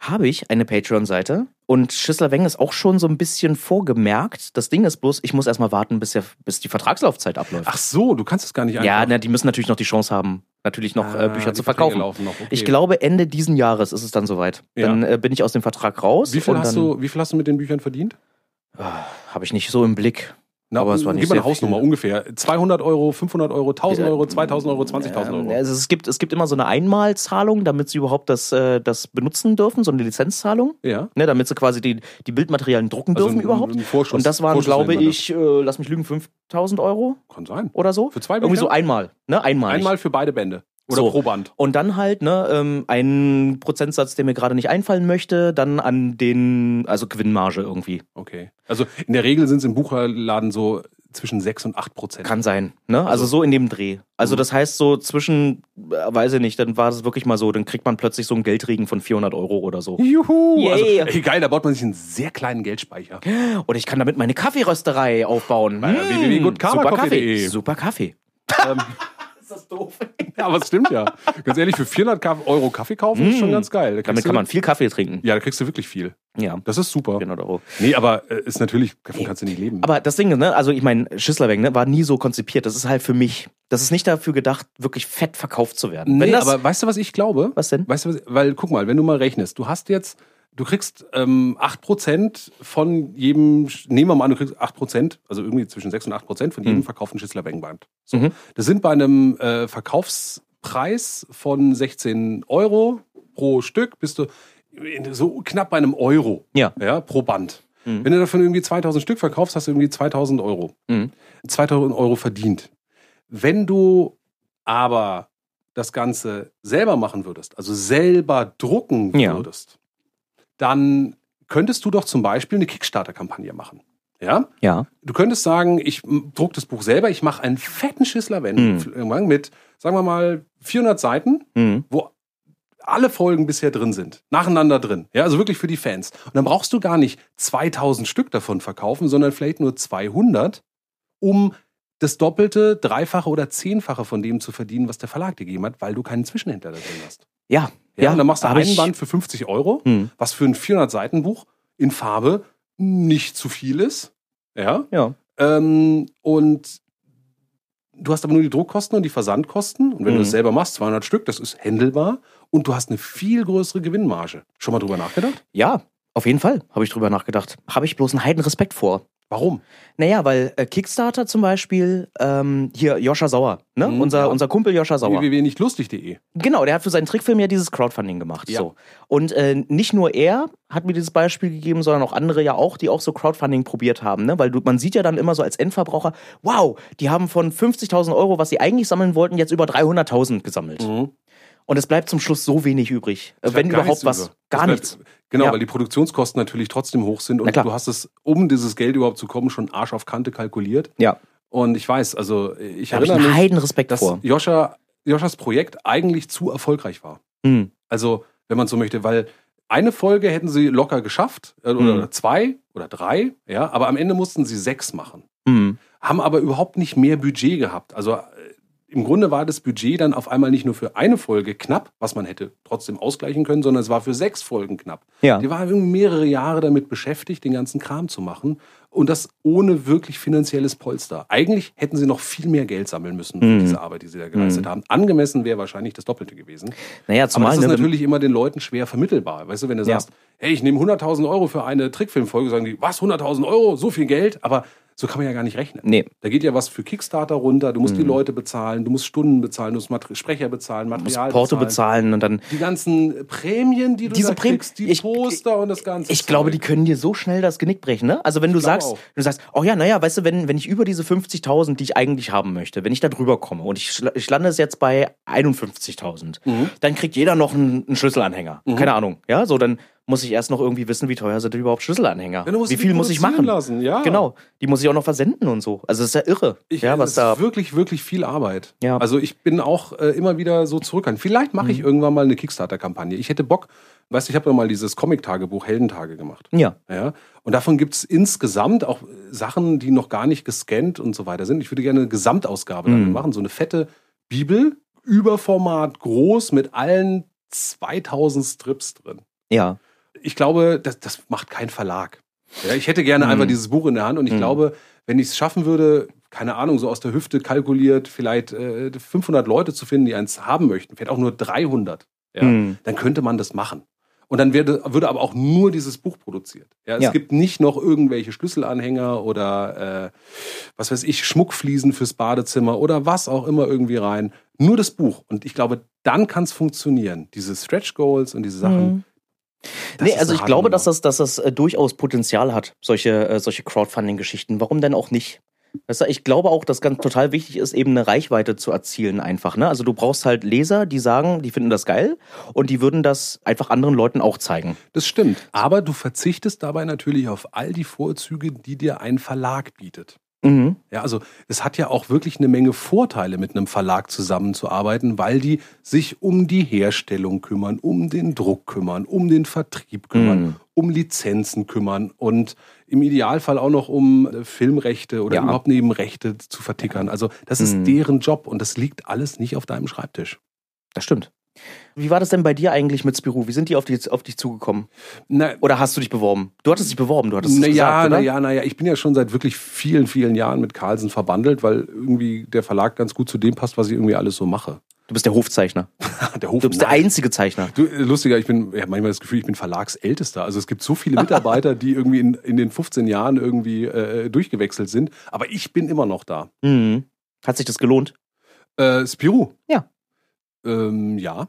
Speaker 3: habe ich eine Patreon-Seite und Schüssler Weng ist auch schon so ein bisschen vorgemerkt. Das Ding ist bloß, ich muss erstmal warten, bis, der, bis die Vertragslaufzeit abläuft.
Speaker 1: Ach so, du kannst es gar nicht einfach.
Speaker 3: ja, na, die müssen natürlich noch die Chance haben, natürlich noch
Speaker 1: Ah,
Speaker 3: äh, Bücher
Speaker 1: die Verträge
Speaker 3: zu verkaufen.
Speaker 1: laufen noch, okay.
Speaker 3: Ich glaube, Ende diesen Jahres ist es dann soweit.
Speaker 1: Ja.
Speaker 3: Dann äh, bin ich aus dem Vertrag raus.
Speaker 1: Wie viel,
Speaker 3: und
Speaker 1: hast
Speaker 3: dann
Speaker 1: du, wie viel hast du mit den Büchern verdient?
Speaker 3: Habe ich nicht so im Blick. Aber es war nicht
Speaker 1: Gib mal eine
Speaker 3: sehr
Speaker 1: Hausnummer ungefähr. 200 Euro, 500 Euro, 1000 Euro, 2000 Euro, 20.000 Euro.
Speaker 3: Äh, Ähm, Also es, gibt, es gibt immer so eine Einmalzahlung, damit sie überhaupt das, äh, das benutzen dürfen, so eine Lizenzzahlung.
Speaker 1: Ja.
Speaker 3: Ne, damit sie quasi die, die Bildmaterialien drucken
Speaker 1: Also
Speaker 3: dürfen
Speaker 1: ein-
Speaker 3: überhaupt.
Speaker 1: ein Vorschuss-
Speaker 3: und das waren,
Speaker 1: Vorschuss
Speaker 3: glaube
Speaker 1: nennt man
Speaker 3: ich, äh, lass mich lügen, 5000 Euro
Speaker 1: Kann sein.
Speaker 3: oder so.
Speaker 1: Für zwei
Speaker 3: Irgendwie
Speaker 1: Bücher?
Speaker 3: so einmal, ne? Einmal.
Speaker 1: Einmal für beide Bände. Oder
Speaker 3: so.
Speaker 1: pro Band.
Speaker 3: Und dann halt, ne, ähm, einen Prozentsatz, der mir gerade nicht einfallen möchte, dann an den, also Gewinnmarge irgendwie.
Speaker 1: Okay. Also in der Regel sind es im Buchladen so zwischen 6 und 8 Prozent.
Speaker 3: Kann sein, ne? Also, so in dem Dreh. Also
Speaker 1: Mhm.
Speaker 3: das heißt so zwischen, äh, weiß ich nicht, dann war das wirklich mal so, dann kriegt man plötzlich so einen Geldregen von 400 Euro oder so.
Speaker 1: Juhu!
Speaker 3: Yeah.
Speaker 1: Also, ey, geil, da baut man sich einen sehr kleinen Geldspeicher. Ähm,
Speaker 3: Oder ich kann damit meine Kaffeerösterei aufbauen. Mm, super
Speaker 1: www.gutkarma-coffee.de.
Speaker 3: Kaffee. Super Kaffee.
Speaker 1: Ja, aber es stimmt ja. Ganz ehrlich, für 400 Ka- Euro Kaffee kaufen ist schon ganz geil. Da kriegst
Speaker 3: Mm. Damit
Speaker 1: du-
Speaker 3: kann man Genau. viel Kaffee trinken.
Speaker 1: Ja, da kriegst du wirklich viel.
Speaker 3: Ja.
Speaker 1: Das ist super.
Speaker 3: 400 Euro.
Speaker 1: Nee, aber äh, ist natürlich, davon kannst du nicht leben.
Speaker 3: Aber das Ding, ist, ne, also ich meine, Schisslerweg, ne, war nie so konzipiert. Das ist halt für mich. Das ist nicht dafür gedacht, wirklich fett verkauft zu werden.
Speaker 1: nee,
Speaker 3: Wenn das,
Speaker 1: aber weißt du, was ich glaube?
Speaker 3: Was denn?
Speaker 1: Weißt du, was, weil guck mal, wenn du mal rechnest, du hast jetzt, du kriegst ähm, 8% von jedem, Sch- nehmen wir mal an, du kriegst 8%, also irgendwie zwischen 6 und 8% von jedem verkauften Schissler Bangband. So.
Speaker 3: Mhm.
Speaker 1: Das sind bei einem äh, Verkaufspreis von 16 Euro pro Stück, bist du in- so knapp bei einem Euro
Speaker 3: Ja. Mhm.
Speaker 1: ja pro Band. Wenn du davon irgendwie 2000 Stück verkaufst, hast du irgendwie 2000 Euro. 2000 Euro verdient. Wenn du aber das Ganze selber machen würdest, also selber drucken
Speaker 3: Ja.
Speaker 1: würdest, dann könntest du doch zum Beispiel eine Kickstarter-Kampagne machen. Ja?
Speaker 3: ja.
Speaker 1: Du könntest sagen, ich m, druck das Buch selber, ich mache einen fetten Schissler mhm. mit, sagen wir mal, 400 Seiten,
Speaker 3: Mhm.
Speaker 1: wo alle Folgen bisher drin sind, nacheinander drin. Ja, also wirklich für die Fans. Und dann brauchst du gar nicht 2000 Stück davon verkaufen, sondern vielleicht nur 200, um das Doppelte, Dreifache oder Zehnfache von dem zu verdienen, was der Verlag dir gegeben hat, weil du keinen Zwischenhändler da drin hast.
Speaker 3: Ja.
Speaker 1: Ja, und dann machst du
Speaker 3: aber
Speaker 1: einen
Speaker 3: ich-
Speaker 1: Band für 50 Euro,
Speaker 3: Hm.
Speaker 1: was für ein 400-Seiten-Buch in Farbe nicht zu viel ist. Ja.
Speaker 3: Ja.
Speaker 1: Ähm, und du hast aber nur die Druckkosten und die Versandkosten. Und wenn du
Speaker 3: Mhm.
Speaker 1: das selber machst, 200 Stück, das ist händelbar. Und du hast eine viel größere Gewinnmarge. Schon mal drüber nachgedacht?
Speaker 3: Ja, auf jeden Fall habe ich drüber nachgedacht. Habe ich bloß einen heiden Respekt vor.
Speaker 1: Warum?
Speaker 3: Naja, weil äh, Kickstarter zum Beispiel, ähm, hier Joscha Sauer, ne?
Speaker 1: Mhm,
Speaker 3: unser,
Speaker 1: ja.
Speaker 3: unser Kumpel Joscha Sauer.
Speaker 1: www.nichtlustig.de.
Speaker 3: Genau, der hat für seinen Trickfilm ja dieses Crowdfunding gemacht.
Speaker 1: Ja.
Speaker 3: So. Und äh, nicht nur er hat mir dieses Beispiel gegeben, sondern auch andere ja auch, die auch so Crowdfunding probiert haben. Ne? Weil du, man sieht ja dann immer so als Endverbraucher, wow, die haben von 50.000 Euro, was sie eigentlich sammeln wollten, jetzt über 300.000 gesammelt. Und es bleibt zum Schluss so wenig übrig. Äh, Mhm. wenn
Speaker 1: Mhm. Gar
Speaker 3: überhaupt
Speaker 1: nichts
Speaker 3: was.
Speaker 1: über. Das
Speaker 3: Gar
Speaker 1: bleibt-
Speaker 3: nichts.
Speaker 1: Genau,
Speaker 3: Ja.
Speaker 1: weil die Produktionskosten natürlich trotzdem hoch sind und
Speaker 3: klar.
Speaker 1: du hast es, um dieses Geld überhaupt zu kommen, schon Arsch auf Kante kalkuliert.
Speaker 3: Ja.
Speaker 1: Und ich weiß, also ich
Speaker 3: Da habe ich
Speaker 1: erinnere
Speaker 3: einen
Speaker 1: mich,
Speaker 3: heiden Respekt
Speaker 1: dass
Speaker 3: vor.
Speaker 1: Joscha, Joschas Projekt eigentlich zu erfolgreich war.
Speaker 3: Hm.
Speaker 1: Also, wenn man so möchte, weil eine Folge hätten sie locker geschafft, äh, oder
Speaker 3: Mhm.
Speaker 1: zwei oder drei, ja, aber am Ende mussten sie sechs machen.
Speaker 3: Hm.
Speaker 1: Haben aber überhaupt nicht mehr Budget gehabt. Also äh, im Grunde war das Budget dann auf einmal nicht nur für eine Folge knapp, was man hätte trotzdem ausgleichen können, sondern es war für sechs Folgen knapp.
Speaker 3: Ja.
Speaker 1: Die waren irgendwie mehrere Jahre damit beschäftigt, den ganzen Kram zu machen. Und das ohne wirklich finanzielles Polster. Eigentlich hätten sie noch viel mehr Geld sammeln müssen für
Speaker 3: Mhm.
Speaker 1: diese Arbeit, die sie da geleistet haben. Angemessen wäre wahrscheinlich das Doppelte gewesen.
Speaker 3: Naja,
Speaker 1: Aber
Speaker 3: zumal
Speaker 1: das ist
Speaker 3: ne, wenn-
Speaker 1: natürlich immer den Leuten schwer vermittelbar. Weißt du, wenn du
Speaker 3: Ja.
Speaker 1: sagst, hey, ich nehme 100.000 Euro für eine Trickfilmfolge, sagen die, was, 100.000 Euro, so viel Geld? Aber so kann man ja gar nicht rechnen.
Speaker 3: Nee. Mhm.
Speaker 1: Da geht ja was für Kickstarter runter, du musst die Leute bezahlen, du musst Stunden bezahlen, du musst Mater Sprecher bezahlen,
Speaker 3: musst
Speaker 1: Material
Speaker 3: Porto bezahlen und dann.
Speaker 1: Die ganzen Prämien, die du
Speaker 3: Diese
Speaker 1: da
Speaker 3: Prämien-
Speaker 1: kriegst, die
Speaker 3: ich-
Speaker 1: Poster und das ganze
Speaker 3: Ich glaube, die
Speaker 1: Zeug.
Speaker 3: können dir so schnell das Genick brechen, ne? Also wenn du
Speaker 1: glaube
Speaker 3: sagst,
Speaker 1: auch.
Speaker 3: wenn du sagst, oh ja, naja, weißt du, wenn, wenn ich über diese 50.000, die ich eigentlich haben möchte, wenn ich da drüber komme und ich, schla- ich lande es jetzt bei 51.000,
Speaker 1: Mhm.
Speaker 3: dann kriegt jeder noch einen, einen Schlüsselanhänger. Keine Ahnung, ja? So, dann muss ich erst noch irgendwie wissen, wie teuer sind denn überhaupt Schlüsselanhänger?
Speaker 1: Ja, du musst
Speaker 3: wie
Speaker 1: die
Speaker 3: viel muss ich
Speaker 1: produzieren
Speaker 3: machen?
Speaker 1: lassen, ja.
Speaker 3: Genau, die muss ich auch noch versenden und so. Also das ist ja irre,
Speaker 1: Ich,
Speaker 3: ja, was
Speaker 1: es
Speaker 3: da...
Speaker 1: ist wirklich, wirklich viel Arbeit.
Speaker 3: Ja. Mhm.
Speaker 1: Also ich bin auch äh, immer wieder so zurück an. Vielleicht mache ich irgendwann mal eine Kickstarter-Kampagne. Ich hätte Bock, weißt du, ich habe doch mal dieses Comic-Tagebuch Heldentage gemacht.
Speaker 3: Ja,
Speaker 1: Ja, und davon gibt es insgesamt auch äh, Sachen, die noch gar nicht gescannt und so weiter sind. Ich würde gerne eine Gesamtausgabe damit machen, so eine fette Bibel, Überformat, groß, mit allen 2000 Strips drin.
Speaker 3: ja.
Speaker 1: Ich glaube, das, das macht kein Verlag. Ja, ich hätte gerne einfach dieses Buch in der Hand und ich glaube, wenn ich es schaffen würde, keine Ahnung, so aus der Hüfte kalkuliert, vielleicht äh, 500 Leute zu finden, die eins haben möchten, vielleicht auch nur 300, ja,
Speaker 3: Mhm.
Speaker 1: dann könnte man das machen. Und dann werde, würde aber auch nur dieses Buch produziert. Ja, es
Speaker 3: Ja.
Speaker 1: gibt nicht noch irgendwelche Schlüsselanhänger oder äh, was weiß ich, Schmuckfliesen fürs Badezimmer oder was auch immer irgendwie rein. Nur das Buch. Und ich glaube, dann kann es funktionieren. Diese Stretch Goals und diese Sachen. Das
Speaker 3: Mhm. Nee,
Speaker 1: ist
Speaker 3: also
Speaker 1: eine
Speaker 3: ich
Speaker 1: harte
Speaker 3: glaube,
Speaker 1: Nummer.
Speaker 3: dass das, dass das äh, durchaus Potenzial hat, solche, äh, solche Crowdfunding-Geschichten. Warum denn auch nicht? Weißt du, ich glaube auch, dass ganz total wichtig ist, eben eine Reichweite zu erzielen einfach. Ne? Also du brauchst halt Leser, die sagen, die finden das geil und die würden das einfach anderen Leuten auch zeigen.
Speaker 1: Das stimmt. Aber du verzichtest dabei natürlich auf all die Vorzüge, die dir ein Verlag bietet.
Speaker 3: Mhm.
Speaker 1: Ja, also es hat ja auch wirklich eine Menge Vorteile, mit einem Verlag zusammenzuarbeiten, weil die sich um die Herstellung kümmern, um den Druck kümmern, um den Vertrieb kümmern,
Speaker 3: Mhm.
Speaker 1: um Lizenzen kümmern und im Idealfall auch noch um äh, Filmrechte oder
Speaker 3: Ja.
Speaker 1: überhaupt Nebenrechte zu vertickern. Also das ist
Speaker 3: Mhm.
Speaker 1: deren Job und das liegt alles nicht auf deinem Schreibtisch.
Speaker 3: Das stimmt. Wie war das denn bei dir eigentlich mit Spirou? Wie sind die auf, die, auf dich zugekommen?
Speaker 1: Na,
Speaker 3: Oder hast du dich beworben? Du hattest dich beworben, du hattest es
Speaker 1: Naja,
Speaker 3: gesagt, oder?
Speaker 1: naja, naja, ich bin ja schon seit wirklich vielen, vielen Jahren mit Carlsen verbandelt, weil irgendwie der Verlag ganz gut zu dem passt, was ich irgendwie alles so mache.
Speaker 3: Du bist der Hofzeichner.
Speaker 1: Der Hof.
Speaker 3: Du bist der einzige Zeichner.
Speaker 1: Du, äh, lustiger, ich bin, ich hab manchmal das Gefühl, ich bin Verlagsältester. Also es gibt so viele Mitarbeiter, die irgendwie in, in den 15 Jahren irgendwie äh, durchgewechselt sind, aber ich bin immer noch da.
Speaker 3: Mhm. Hat sich das gelohnt?
Speaker 1: Äh, Spirou?
Speaker 3: Ja.
Speaker 1: Ähm, ja.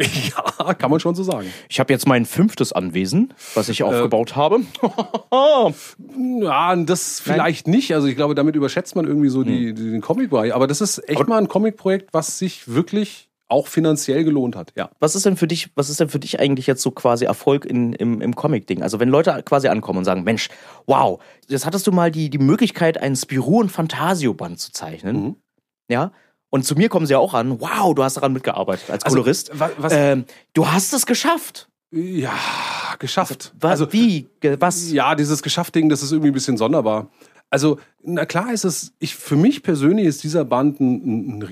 Speaker 1: ja, kann man schon so sagen.
Speaker 3: Ich habe jetzt mein fünftes Anwesen, was
Speaker 1: Äh.
Speaker 3: ich aufgebaut habe. das
Speaker 1: Ja, das vielleicht nicht. Also ich glaube, damit überschätzt man irgendwie so
Speaker 3: Hm.
Speaker 1: die, die, den Comic-Bereich. Aber das ist echt mal ein Comic-Projekt, was sich wirklich auch finanziell gelohnt hat. Ja.
Speaker 3: Was ist denn für dich, was ist denn für dich eigentlich jetzt so quasi Erfolg in, im, im Comic-Ding? Also wenn Leute quasi ankommen und sagen, Mensch, wow, jetzt hattest du mal die, die Möglichkeit, einen Spirou- und Fantasio-Band zu zeichnen.
Speaker 1: Mhm.
Speaker 3: Ja. Und zu mir kommen sie ja auch an, wow, du hast daran mitgearbeitet als Kolorist.
Speaker 1: Also wa- äh, was-
Speaker 3: ähm, du hast es geschafft.
Speaker 1: Ja, geschafft.
Speaker 3: Was, also, wie? Ge- Was?
Speaker 1: Ja, dieses Geschafft-Ding, das ist irgendwie ein bisschen sonderbar. Also, na klar ist es, ich, für mich persönlich ist dieser Band ein, ein, ein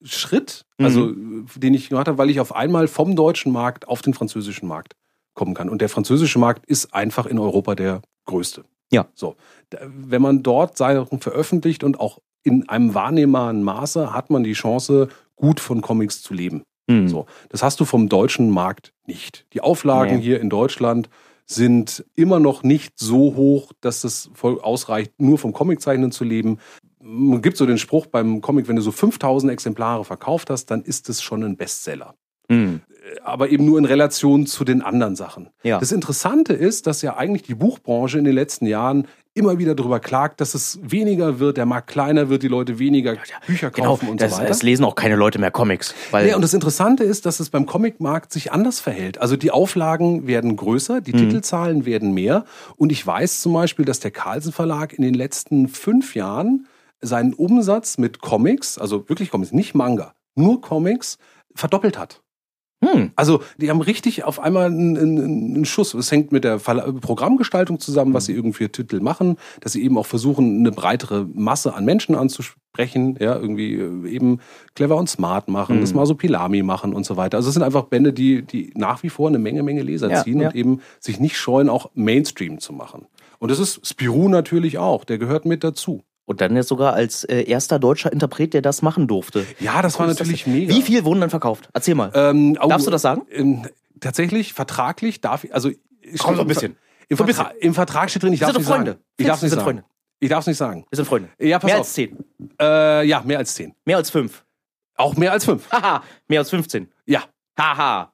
Speaker 1: Riesenschritt, also, äh, den ich gemacht habe, weil ich auf einmal vom deutschen Markt auf den französischen Markt kommen kann. Und der französische Markt ist einfach in Europa der größte.
Speaker 3: Ja.
Speaker 1: So. Da- Wenn man dort Sachen veröffentlicht und auch in einem wahrnehmbaren Maße, hat man die Chance, gut von Comics zu leben.
Speaker 3: Hm.
Speaker 1: So, das hast du vom deutschen Markt nicht. Die Auflagen
Speaker 3: Nee.
Speaker 1: hier in Deutschland sind immer noch nicht so hoch, dass es voll ausreicht, nur vom Comiczeichnen zu leben. Man gibt so den Spruch beim Comic, wenn du so 5000 Exemplare verkauft hast, dann ist es schon ein Bestseller.
Speaker 3: Hm.
Speaker 1: Aber eben nur in Relation zu den anderen Sachen.
Speaker 3: Ja.
Speaker 1: Das Interessante ist, dass ja eigentlich die Buchbranche in den letzten Jahren immer wieder darüber klagt, dass es weniger wird, der Markt kleiner wird, die Leute weniger Bücher
Speaker 3: Genau,
Speaker 1: kaufen und
Speaker 3: das,
Speaker 1: so weiter.
Speaker 3: es lesen auch keine Leute mehr Comics. Weil,
Speaker 1: Ja, und das Interessante ist, dass es beim Comicmarkt sich anders verhält. Also die Auflagen werden größer, die Titelzahlen werden mehr. Und ich weiß zum Beispiel, dass der Carlsen Verlag in den letzten fünf Jahren seinen Umsatz mit Comics, also wirklich Comics, nicht Manga, nur Comics, verdoppelt hat.
Speaker 3: Hm.
Speaker 1: Also die haben richtig auf einmal einen, einen, einen Schuss. Es hängt mit der Verla Programmgestaltung zusammen, was sie
Speaker 3: Mhm.
Speaker 1: irgendwie für Titel machen, dass sie eben auch versuchen, eine breitere Masse an Menschen anzusprechen, ja, irgendwie äh, eben clever und smart machen,
Speaker 3: Mhm.
Speaker 1: das Masopilami machen und so weiter. Also es sind einfach Bände, die, die nach wie vor eine Menge, Menge Leser
Speaker 3: Ja,
Speaker 1: ziehen
Speaker 3: ja.
Speaker 1: und eben sich nicht scheuen, auch Mainstream zu machen. Und das ist Spirou natürlich auch, der gehört mit dazu.
Speaker 3: und dann jetzt sogar als äh, erster deutscher Interpret, der das machen durfte.
Speaker 1: Ja, das war
Speaker 3: Cool ist
Speaker 1: natürlich
Speaker 3: das denn?
Speaker 1: mega.
Speaker 3: Wie viel wurden dann verkauft? Erzähl mal.
Speaker 1: Ähm, au-
Speaker 3: Darfst du das sagen?
Speaker 1: Ähm, tatsächlich, vertraglich darf ich, also ich-
Speaker 3: Komm, so ein bisschen.
Speaker 1: Im,
Speaker 3: So ein
Speaker 1: Vertra Im Vertrag steht drin, ich
Speaker 3: Wir
Speaker 1: darf
Speaker 3: sind
Speaker 1: nicht
Speaker 3: doch Freunde.
Speaker 1: sagen. Ich darf
Speaker 3: Wir
Speaker 1: nicht
Speaker 3: sind
Speaker 1: sagen.
Speaker 3: Freunde.
Speaker 1: Ich darf nicht sagen.
Speaker 3: Wir sind Freunde.
Speaker 1: Ja, pass
Speaker 3: mehr
Speaker 1: auf.
Speaker 3: als zehn.
Speaker 1: Äh, ja, mehr als zehn.
Speaker 3: Mehr als fünf.
Speaker 1: Auch mehr als fünf.
Speaker 3: Haha, mehr als 15.
Speaker 1: Ja.
Speaker 3: Haha.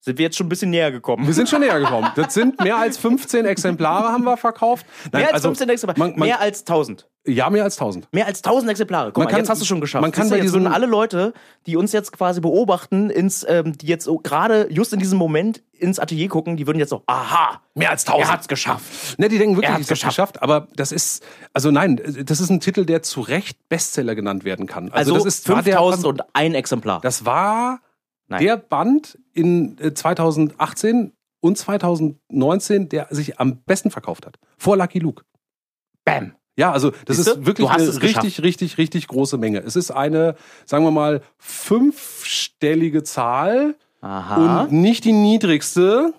Speaker 3: Sind wir jetzt schon ein bisschen näher gekommen.
Speaker 1: Wir sind schon näher gekommen. Das sind mehr als 15 Exemplare haben wir verkauft. Nein,
Speaker 3: mehr als
Speaker 1: also,
Speaker 3: 15 Exemplare.
Speaker 1: man- man-
Speaker 3: mehr als 1000.
Speaker 1: Ja, mehr als 1000.
Speaker 3: Mehr als 1000 Exemplare. Guck
Speaker 1: Man
Speaker 3: mal,
Speaker 1: kann-
Speaker 3: jetzt hast du schon geschafft.
Speaker 1: man kann
Speaker 3: Siehst
Speaker 1: bei
Speaker 3: du, jetzt
Speaker 1: diesen-
Speaker 3: würden alle Leute, die uns jetzt quasi beobachten, ins, ähm, die jetzt so gerade just in diesem Moment ins Atelier gucken, die würden jetzt so, aha,
Speaker 1: Mehr als 1000.
Speaker 3: er hat's geschafft.
Speaker 1: Ne, die denken wirklich,
Speaker 3: Er
Speaker 1: ich
Speaker 3: hat's
Speaker 1: hab's geschafft. Aber das ist, also nein, das ist ein Titel, der zu Recht Bestseller genannt werden kann.
Speaker 3: Also,
Speaker 1: das ist war der-
Speaker 3: 5000 und ein Exemplar.
Speaker 1: Das war
Speaker 3: Nein.
Speaker 1: der Band in äh, 2018 und 2019, der sich am besten verkauft hat. Vor Lucky Luke.
Speaker 3: Bam.
Speaker 1: Ja, also das
Speaker 3: Siehste?
Speaker 1: ist wirklich
Speaker 3: Du hast
Speaker 1: eine
Speaker 3: es geschafft.
Speaker 1: richtig, richtig, richtig große Menge. Es ist eine, sagen wir mal, fünfstellige Zahl
Speaker 3: Aha.
Speaker 1: und nicht die niedrigste,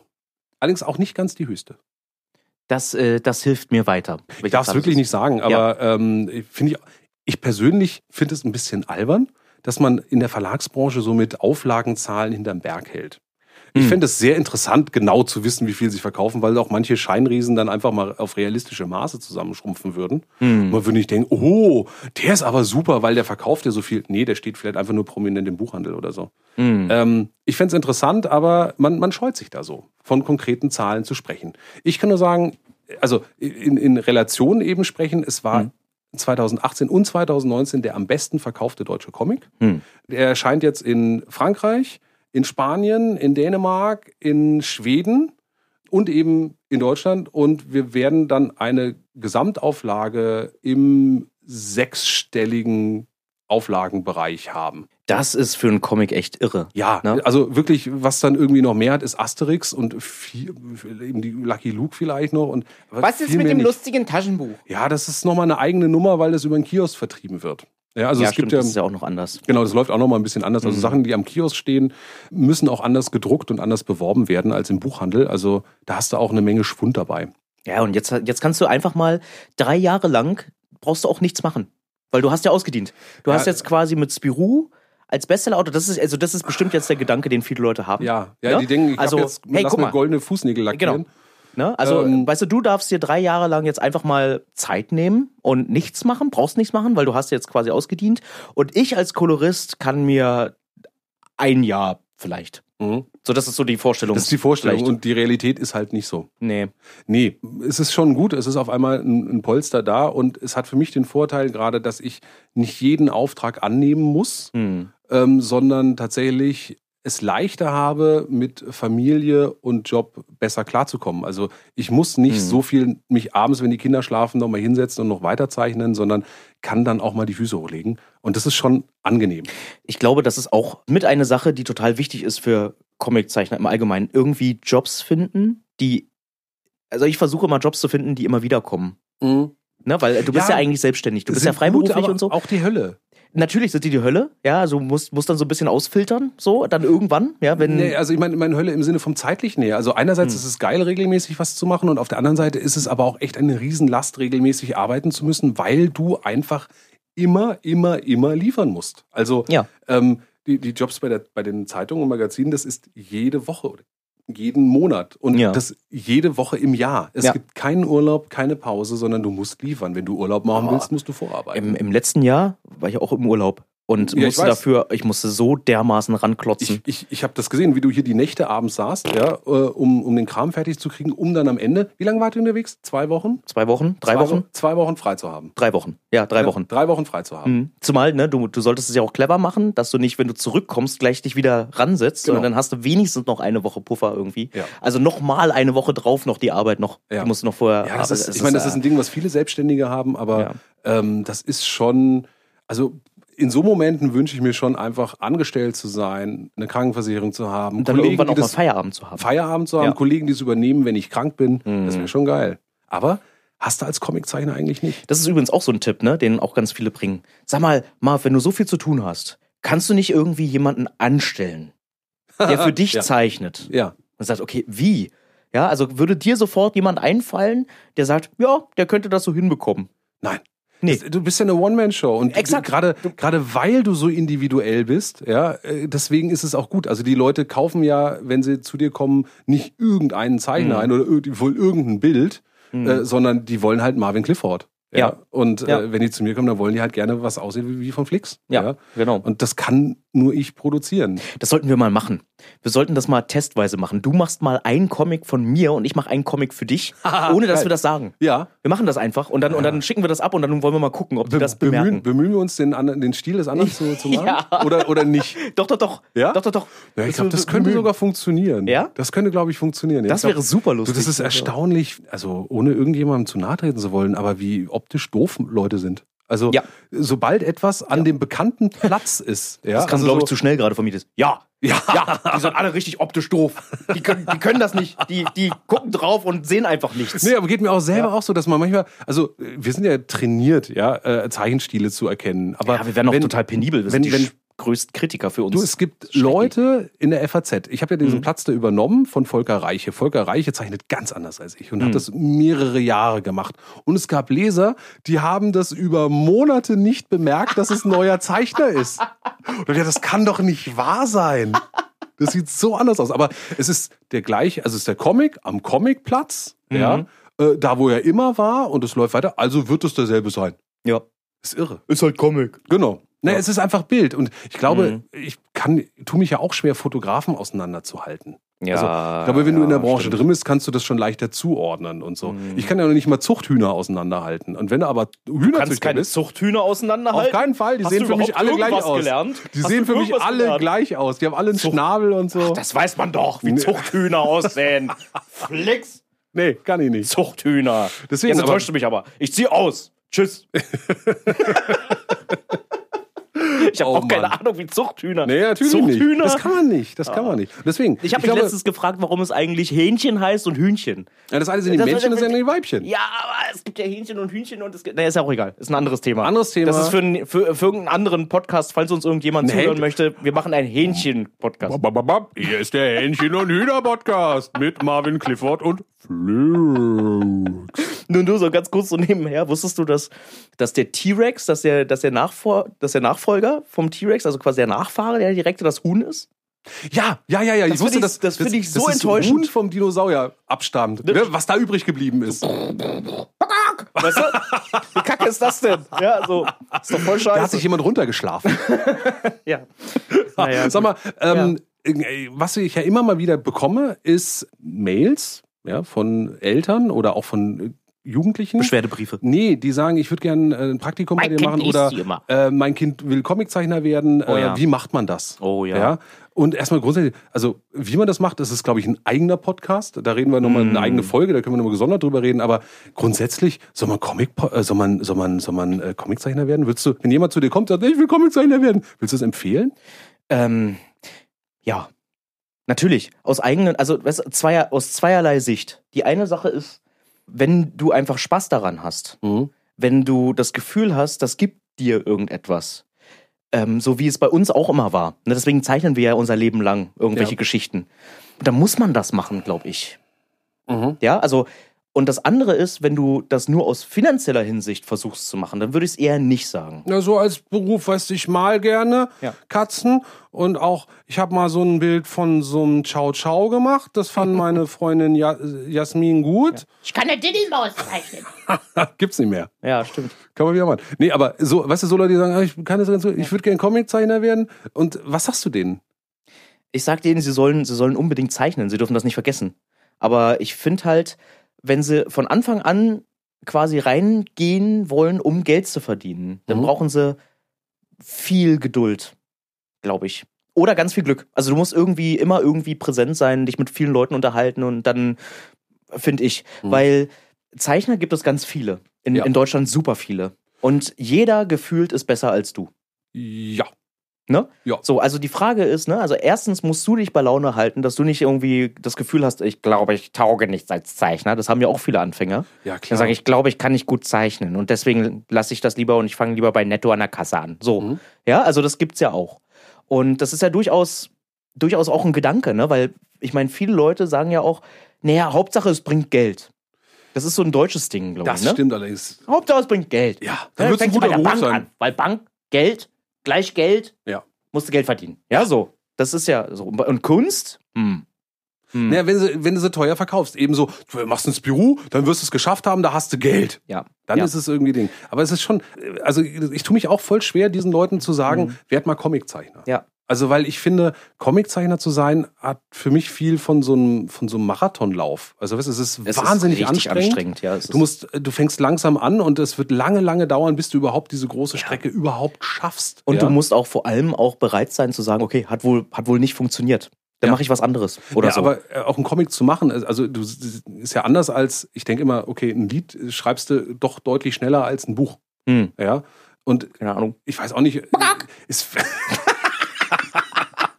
Speaker 1: allerdings auch nicht ganz die höchste.
Speaker 3: das, äh, das hilft mir weiter.
Speaker 1: Ich darf es wirklich nicht sagen, aber ähm, ich finde ich, ich persönlich finde es ein bisschen albern, dass man in der Verlagsbranche so mit Auflagenzahlen hinterm Berg hält. Ich
Speaker 3: Hm.
Speaker 1: fände es sehr interessant, genau zu wissen, wie viel sich verkaufen, weil auch manche Scheinriesen dann einfach mal auf realistische Maße zusammenschrumpfen würden.
Speaker 3: Hm.
Speaker 1: Man würde nicht denken, oh, der ist aber super, weil der verkauft ja so viel. Nee, der steht vielleicht einfach nur prominent im Buchhandel oder so.
Speaker 3: Hm.
Speaker 1: Ähm, ich fände es interessant, aber man, man scheut sich da so, von konkreten Zahlen zu sprechen. Ich kann nur sagen, also in, in Relation eben sprechen, es war 2018 und 2019 der am besten verkaufte deutsche Comic. Der erscheint jetzt in Frankreich, in Spanien, in Dänemark, in Schweden und eben in Deutschland. Und wir werden dann eine Gesamtauflage im sechsstelligen Auflagenbereich haben.
Speaker 3: Das ist für einen Comic echt irre.
Speaker 1: Ja,
Speaker 3: Ne?
Speaker 1: also wirklich, was dann irgendwie noch mehr hat, ist Asterix und viel, eben die Lucky Luke vielleicht noch. Und
Speaker 6: Was ist
Speaker 1: viel
Speaker 6: mit
Speaker 1: mehr
Speaker 6: dem
Speaker 1: nicht. Also
Speaker 6: lustigen Taschenbuch?
Speaker 1: Ja, das ist nochmal eine eigene Nummer, weil das über einen Kiosk vertrieben wird. Ja, also
Speaker 3: ja,
Speaker 1: es gibt
Speaker 3: stimmt,
Speaker 1: ja,
Speaker 3: das ist ja auch Mhm. noch anders.
Speaker 1: genau, das läuft auch nochmal ein bisschen anders. Also Sachen, die am Kiosk stehen, müssen auch anders gedruckt und anders beworben werden als im Buchhandel. Also da hast du auch eine Menge Schwund dabei.
Speaker 3: Ja, und jetzt, jetzt kannst du einfach mal drei Jahre lang brauchst du auch nichts machen. Weil du hast ja ausgedient. Du
Speaker 1: Ja.
Speaker 3: hast jetzt quasi mit Spirou als Bestsellerautor, das ist, also das ist bestimmt jetzt der Gedanke, den viele Leute haben.
Speaker 1: Ja, ja, die denken, ich
Speaker 3: also,
Speaker 1: hab jetzt,
Speaker 3: hey,
Speaker 1: lass
Speaker 3: guck
Speaker 1: mir
Speaker 3: mal.
Speaker 1: goldene Fußnägel lackieren.
Speaker 3: Genau. Ne? Also,
Speaker 1: Ähm,
Speaker 3: weißt du, du darfst dir drei Jahre lang jetzt einfach mal Zeit nehmen und nichts machen, brauchst nichts machen, weil du hast jetzt quasi ausgedient. Und ich als Kolorist kann mir ein Jahr vielleicht.
Speaker 1: Mhm.
Speaker 3: So, das ist so die Vorstellung.
Speaker 1: Das ist die Vorstellung
Speaker 3: Vielleicht.
Speaker 1: und die Realität ist halt nicht so.
Speaker 3: nee.
Speaker 1: Nee, es ist schon gut, es ist auf einmal ein, ein Polster da und es hat für mich den Vorteil gerade, dass ich nicht jeden Auftrag annehmen muss,
Speaker 3: Hm.
Speaker 1: ähm, sondern tatsächlich es leichter habe, mit Familie und Job besser klarzukommen. Also ich muss
Speaker 3: Hm.
Speaker 1: nicht so viel mich abends, wenn die Kinder schlafen, nochmal hinsetzen und noch weiterzeichnen, sondern kann dann auch mal die Füße hochlegen. Und das ist schon angenehm.
Speaker 3: Ich glaube, das ist auch mit eine Sache, die total wichtig ist für Comiczeichner im Allgemeinen. Irgendwie Jobs finden, die. Also, ich versuche immer Jobs zu finden, die immer wiederkommen. Ne? Weil äh, du bist
Speaker 1: Ja.
Speaker 3: ja, eigentlich selbstständig. Du bist
Speaker 1: Sind
Speaker 3: ja freiberuflich
Speaker 1: gut, aber
Speaker 3: und so.
Speaker 1: Auch die Hölle.
Speaker 3: Natürlich sind die die Hölle, ja, also musst, musst dann so ein bisschen ausfiltern, so, dann irgendwann, ja, wenn... Hm.
Speaker 1: Nee, also ich meine, meine Hölle im Sinne vom zeitlichen her. Also einerseits ist es geil, regelmäßig was zu machen und auf der anderen Seite ist es aber auch echt eine Riesenlast, regelmäßig arbeiten zu müssen, weil du einfach immer, immer, immer liefern musst. Also
Speaker 3: Ja.
Speaker 1: ähm, die, die Jobs bei, der, bei den Zeitungen und Magazinen, das ist jede Woche oder jeden Monat und
Speaker 3: Ja.
Speaker 1: das jede Woche im Jahr. Es
Speaker 3: Ja.
Speaker 1: gibt keinen Urlaub, keine Pause, sondern du musst liefern. Wenn du Urlaub machen willst, musst du vorarbeiten.
Speaker 3: Im, Im letzten Jahr war ich auch im Urlaub und
Speaker 1: Ja, ich
Speaker 3: musste
Speaker 1: weiß.
Speaker 3: dafür, ich musste so dermaßen
Speaker 1: Ich,
Speaker 3: ranklotzen.
Speaker 1: ich, ich habe das gesehen, wie du hier die Nächte abends saßt, ja, äh, um, um den Kram fertig zu kriegen, um dann am Ende, wie lange wart ihr unterwegs? Zwei Wochen?
Speaker 3: Zwei Wochen? Drei
Speaker 1: zwei
Speaker 3: Wochen?
Speaker 1: Zwei Wochen frei zu haben.
Speaker 3: Drei Wochen. Ja, drei Wochen.
Speaker 1: Drei Wochen frei zu haben.
Speaker 3: Mhm. Zumal, ne, du, du solltest es ja auch clever machen, dass du nicht, wenn du zurückkommst, gleich dich wieder ransetzt,
Speaker 1: Genau.
Speaker 3: sondern dann hast du wenigstens noch eine Woche Puffer irgendwie.
Speaker 1: Ja.
Speaker 3: Also nochmal eine Woche drauf noch die Arbeit noch.
Speaker 1: Ja.
Speaker 3: Die musst du noch vorher...
Speaker 1: Ja, das
Speaker 3: aber
Speaker 1: ist,
Speaker 3: es
Speaker 1: ich meine, das ist ein
Speaker 3: äh,
Speaker 1: Ding, was viele Selbstständige haben, aber ähm, das ist schon, also in so Momenten wünsche ich mir schon einfach angestellt zu sein, eine Krankenversicherung zu haben,
Speaker 3: und dann
Speaker 1: Kollegen,
Speaker 3: irgendwann
Speaker 1: die
Speaker 3: auch mal
Speaker 1: das
Speaker 3: Feierabend zu haben.
Speaker 1: Feierabend zu haben,
Speaker 3: Ja. Hm.
Speaker 1: Kollegen, die es übernehmen, wenn ich krank bin, das wäre schon geil. Aber hast du als Comiczeichner eigentlich nicht.
Speaker 3: Das ist übrigens auch so ein Tipp, ne, den auch ganz viele bringen. Sag mal, Marv, wenn du so viel zu tun hast, kannst du nicht irgendwie jemanden anstellen, der für dich
Speaker 1: Ja.
Speaker 3: zeichnet?
Speaker 1: Ja.
Speaker 3: Und sagt, okay, wie? Ja, also würde dir sofort jemand einfallen, der sagt, ja, der könnte das so hinbekommen.
Speaker 1: Nein.
Speaker 3: Nee.
Speaker 1: Das- Du bist ja eine One-Man-Show und
Speaker 3: Exakt.
Speaker 1: du- gerade gerade weil du so individuell bist, ja, äh, deswegen ist es auch gut. Also die Leute kaufen ja, wenn sie zu dir kommen, nicht irgendeinen
Speaker 3: Mhm.
Speaker 1: Zeichner ein oder irgendwie wohl irgendein Bild, äh, sondern die wollen halt Marvin Clifford.
Speaker 3: Ja.
Speaker 1: Und
Speaker 3: Ja.
Speaker 1: Äh, wenn die zu mir kommen, dann wollen die halt gerne was aussehen wie, wie von Flix.
Speaker 3: genau.
Speaker 1: Und das kann nur ich produzieren.
Speaker 3: Das sollten wir mal machen. Wir sollten das mal testweise machen. Du machst mal einen Comic von mir und ich mache einen Comic für dich, ohne dass
Speaker 1: geil.
Speaker 3: wir das sagen.
Speaker 1: Ja.
Speaker 3: Wir machen das einfach und dann, und dann schicken wir das ab und dann wollen wir mal gucken, ob die das
Speaker 1: bemühen,
Speaker 3: bemerken.
Speaker 1: bemühen wir uns, den, anderen, den Stil des anderen zu, zu machen?
Speaker 3: Ja.
Speaker 1: Oder, oder nicht?
Speaker 3: Doch, doch, doch.
Speaker 1: Ja?
Speaker 3: Doch, doch, doch.
Speaker 1: Ja, ich
Speaker 3: Das
Speaker 1: glaube,
Speaker 3: wir
Speaker 1: das könnte
Speaker 3: bemühen.
Speaker 1: sogar funktionieren.
Speaker 3: Ja?
Speaker 1: Das könnte, glaube ich, funktionieren. Ja,
Speaker 3: Das
Speaker 1: ich glaub,
Speaker 3: wäre super
Speaker 1: du,
Speaker 3: lustig.
Speaker 1: Das ist erstaunlich, also ohne irgendjemandem zu nahe treten zu wollen, aber wie optisch doof Leute sind. Also
Speaker 3: Ja.
Speaker 1: sobald etwas an dem bekannten Platz ist, ja,
Speaker 3: Das kam,
Speaker 1: also
Speaker 3: glaube
Speaker 1: so-
Speaker 3: ich, zu schnell gerade von mir. das- Ja,
Speaker 1: ja,
Speaker 3: ja, die sind alle richtig optisch doof. Die können, die können das nicht. Die, die gucken drauf und sehen einfach nichts.
Speaker 1: Nee, aber geht mir auch selber auch so, dass man manchmal, also äh, wir sind ja trainiert, ja, äh, Zeichenstile zu erkennen. Aber
Speaker 3: ja, wir werden auch
Speaker 1: wenn-
Speaker 3: total penibel. Wir
Speaker 1: wenn-
Speaker 3: sind die
Speaker 1: wenn-
Speaker 3: sch- größten Kritiker für uns.
Speaker 1: Du, es gibt Leute in der FAZ. Ich habe ja diesen Platz da übernommen von Volker Reiche. Volker Reiche zeichnet ganz anders als ich und hat das mehrere Jahre gemacht. Und es gab Leser, die haben das über Monate nicht bemerkt, dass es ein neuer Zeichner ist. Und ja, das kann doch nicht wahr sein. Das sieht so anders aus. Aber es ist der gleiche, also es ist der Comic am Comicplatz, ja, äh, da wo er immer war und es läuft weiter. Also wird es derselbe sein.
Speaker 3: ja.
Speaker 1: Ist irre.
Speaker 3: Ist halt Comic.
Speaker 1: Genau. Ne,
Speaker 3: Mhm.
Speaker 1: es ist einfach Bild. Und ich glaube, ich kann, tue mich ja auch schwer, Fotografen auseinanderzuhalten.
Speaker 3: Ja,
Speaker 1: Also, ich glaube, wenn du
Speaker 3: ja,
Speaker 1: in der Branche
Speaker 3: stimmt. Mhm.
Speaker 1: drin bist, kannst du das schon leichter zuordnen und so. Ich kann ja noch nicht mal Zuchthühner auseinanderhalten. Und wenn du aber
Speaker 3: kannst
Speaker 1: Hühnerzüchter
Speaker 3: keine
Speaker 1: bist,
Speaker 3: Zuchthühner auseinanderhalten.
Speaker 1: auf keinen Fall, die
Speaker 3: Hast
Speaker 1: sehen
Speaker 3: du
Speaker 1: für mich
Speaker 3: überhaupt
Speaker 1: alle gleich
Speaker 3: irgendwas
Speaker 1: aus.
Speaker 3: Gelernt?
Speaker 1: Die
Speaker 3: Hast
Speaker 1: sehen
Speaker 3: du
Speaker 1: für mich
Speaker 3: irgendwas
Speaker 1: alle
Speaker 3: gelernt?
Speaker 1: gleich aus. Die haben alle einen Schnabel und so.
Speaker 3: Das weiß man doch, wie Zuchthühner aussehen. Flix,
Speaker 1: nee, kann ich nicht.
Speaker 3: Zuchthühner.
Speaker 1: Deswegen,
Speaker 3: Jetzt
Speaker 1: aber-
Speaker 3: enttäuscht du mich aber. Ich zieh aus. Tschüss. ich habe
Speaker 1: Oh,
Speaker 3: auch keine
Speaker 1: Mann.
Speaker 3: Ahnung, wie Zuchthühner.
Speaker 1: Nee, natürlich
Speaker 3: Zuchthühner. Ah.
Speaker 1: nicht. Das kann man nicht. Das kann man nicht. Deswegen,
Speaker 3: ich habe mich
Speaker 1: glaube,
Speaker 3: letztens gefragt, warum es eigentlich Hähnchen heißt und Hühnchen.
Speaker 1: ja, das eine sind die
Speaker 3: Das-
Speaker 1: Männchen, das sind die Weibchen.
Speaker 3: Ja, aber es gibt ja Hähnchen und Hühnchen und es gibt. Naja, ist ja auch egal. Ist ein anderes Thema.
Speaker 1: Anderes Thema.
Speaker 3: Das ist für, einen- für, für irgendeinen anderen Podcast, falls uns irgendjemand
Speaker 1: Ein
Speaker 3: zuhören
Speaker 1: Hähn-
Speaker 3: möchte. Wir machen einen Hähnchen-Podcast.
Speaker 1: Babababab, Hier ist der Hähnchen- und Hühner-Podcast mit Marvin Clifford und Flo.
Speaker 3: Nun du so ganz kurz so nebenher, wusstest du, dass, dass der T-Rex, dass der, dass, der Nachfor dass der Nachfolger vom T-Rex, also quasi der Nachfahre, der direkte das Huhn ist?
Speaker 1: Ja, ja, ja, ja.
Speaker 3: Das
Speaker 1: ich wusste,
Speaker 3: find ich-
Speaker 1: dass,
Speaker 3: das find ich so
Speaker 1: dass das
Speaker 3: enttäuschend.
Speaker 1: Huhn vom Dinosaurier abstammt, ne, was da übrig geblieben ist.
Speaker 3: Weißt du? Wie kacke ist das denn? Ja, so. Ist doch voll
Speaker 1: Da hat
Speaker 3: scheiße.
Speaker 1: sich jemand runtergeschlafen.
Speaker 3: also- ja. Naja,
Speaker 1: Sag mal, ähm, äh, was ich ja immer mal wieder bekomme, ist Mails ja, von Eltern oder auch von äh, Jugendlichen.
Speaker 3: Beschwerdebriefe.
Speaker 1: Nee, die sagen, ich würde gerne äh, ein Praktikum
Speaker 3: Mein
Speaker 1: bei dir
Speaker 3: Kind
Speaker 1: machen
Speaker 3: liest
Speaker 1: oder
Speaker 3: sie immer.
Speaker 1: Äh, mein Kind will Comiczeichner werden.
Speaker 3: Oh ja.
Speaker 1: äh, wie macht man das?
Speaker 3: Oh ja.
Speaker 1: Und erstmal grundsätzlich, also wie man das macht, das ist, glaube ich, ein eigener Podcast. Da reden wir nochmal
Speaker 3: Mm.
Speaker 1: eine eigene Folge, da können wir nochmal gesondert drüber reden. Aber grundsätzlich soll man Comic, äh, soll man, soll man, soll man äh, Comiczeichner werden? Willst du, wenn jemand zu dir kommt und sagt, ich will Comiczeichner werden, willst du es empfehlen?
Speaker 3: Ähm, ja, natürlich. Aus eigenen, also weißt, du, zweier, aus zweierlei Sicht. Die eine Sache ist, wenn du einfach Spaß daran hast,
Speaker 1: Mhm.
Speaker 3: wenn du das Gefühl hast, das gibt dir irgendetwas. Ähm, so wie es bei uns auch immer war. Ne, deswegen zeichnen wir ja unser Leben lang irgendwelche
Speaker 1: Ja.
Speaker 3: Geschichten. Und dann muss man das machen, glaube ich. Ja, also, und das andere ist, wenn du das nur aus finanzieller Hinsicht versuchst zu machen, dann würde ich es eher nicht sagen.
Speaker 1: Na, so als Beruf, weißt du, ich mal gerne
Speaker 3: Ja.
Speaker 1: Katzen und auch, ich habe mal so ein Bild von so einem Ciao Ciao gemacht. Das fand meine Freundin ja Jasmin gut.
Speaker 6: Ich kann eine Diddelmaus zeichnen.
Speaker 1: Gibt's nicht mehr.
Speaker 3: Ja, stimmt.
Speaker 1: Kann man wieder machen. Nee, aber so, weißt du, so Leute, die sagen, ah, ich kann das ganz gut, ich würde gerne Comiczeichner werden. Und was sagst du denen?
Speaker 3: ich sag denen, sie sollen, sie sollen unbedingt zeichnen, sie dürfen das nicht vergessen. Aber ich finde halt, wenn sie von Anfang an quasi reingehen wollen, um Geld zu verdienen, dann
Speaker 1: Mhm.
Speaker 3: brauchen sie viel Geduld, glaube ich. Oder ganz viel Glück. Also du musst irgendwie immer irgendwie präsent sein, dich mit vielen Leuten unterhalten und dann finde ich, weil Zeichner gibt es ganz viele. In,
Speaker 1: Mhm. Ja.
Speaker 3: in Deutschland super viele. Und jeder gefühlt ist besser als du.
Speaker 1: Ja.
Speaker 3: So, also die Frage ist, ne, also erstens musst du dich bei Laune halten, dass du nicht irgendwie das Gefühl hast, ich glaube, ich tauge nichts als Zeichner. Das haben ja auch viele Anfänger.
Speaker 1: Ja,
Speaker 3: Die
Speaker 1: klar.
Speaker 3: sagen, ich glaube, ich kann nicht gut zeichnen und deswegen lasse ich das lieber und ich fange lieber bei Netto an der Kasse an. So.
Speaker 1: Mhm.
Speaker 3: Ja, also das gibt's ja auch. Und das ist ja durchaus, durchaus auch ein Gedanke, ne, weil ich meine, viele Leute sagen ja auch, naja, Hauptsache es bringt Geld. Das ist so ein deutsches Ding, glaube ich.
Speaker 1: das
Speaker 3: Ne?
Speaker 1: stimmt allerdings.
Speaker 3: Hauptsache es bringt Geld.
Speaker 1: Ja,
Speaker 3: Ja,
Speaker 1: dann wird's ein
Speaker 3: fängst du
Speaker 1: guter
Speaker 3: bei der
Speaker 1: Beruf
Speaker 3: Bank
Speaker 1: sein.
Speaker 3: An, weil Bank, Geld, gleich Geld,
Speaker 1: Ja.
Speaker 3: musst du Geld verdienen. Ja, so. Das ist ja so. Und Kunst? Hm. Hm.
Speaker 1: Naja, wenn, sie, wenn du sie teuer verkaufst, eben so, du machst ins Büro, dann wirst du es geschafft haben, da hast du Geld.
Speaker 3: Ja.
Speaker 1: Dann
Speaker 3: Ja.
Speaker 1: ist es irgendwie Ding. Aber es ist schon, also ich tue mich auch voll schwer, diesen Leuten zu sagen, werd mal Comiczeichner.
Speaker 3: Hm. Ja.
Speaker 1: Also, weil ich finde, Comiczeichner zu sein, hat für mich viel von so einem, von so einem Marathonlauf. Also, weißt, du, es ist
Speaker 3: Es ist
Speaker 1: wahnsinnig
Speaker 3: richtig
Speaker 1: anstrengend.
Speaker 3: anstrengend, ja, es ist-
Speaker 1: du musst, du fängst langsam an und es wird lange, lange dauern, bis du überhaupt diese große Strecke überhaupt schaffst.
Speaker 3: Und
Speaker 1: ja?
Speaker 3: du musst auch vor allem auch bereit sein zu sagen, okay, hat wohl, hat wohl nicht funktioniert. Dann
Speaker 1: Ja.
Speaker 3: mache ich was anderes. Oder
Speaker 1: ja,
Speaker 3: so.
Speaker 1: aber äh, auch einen Comic zu machen, also also du ist ja anders als, ich denke immer, okay, ein Lied äh, schreibst du doch deutlich schneller als ein Buch.
Speaker 3: Hm.
Speaker 1: Ja. Und
Speaker 3: Keine Ahnung.
Speaker 1: ich weiß auch nicht, äh, ist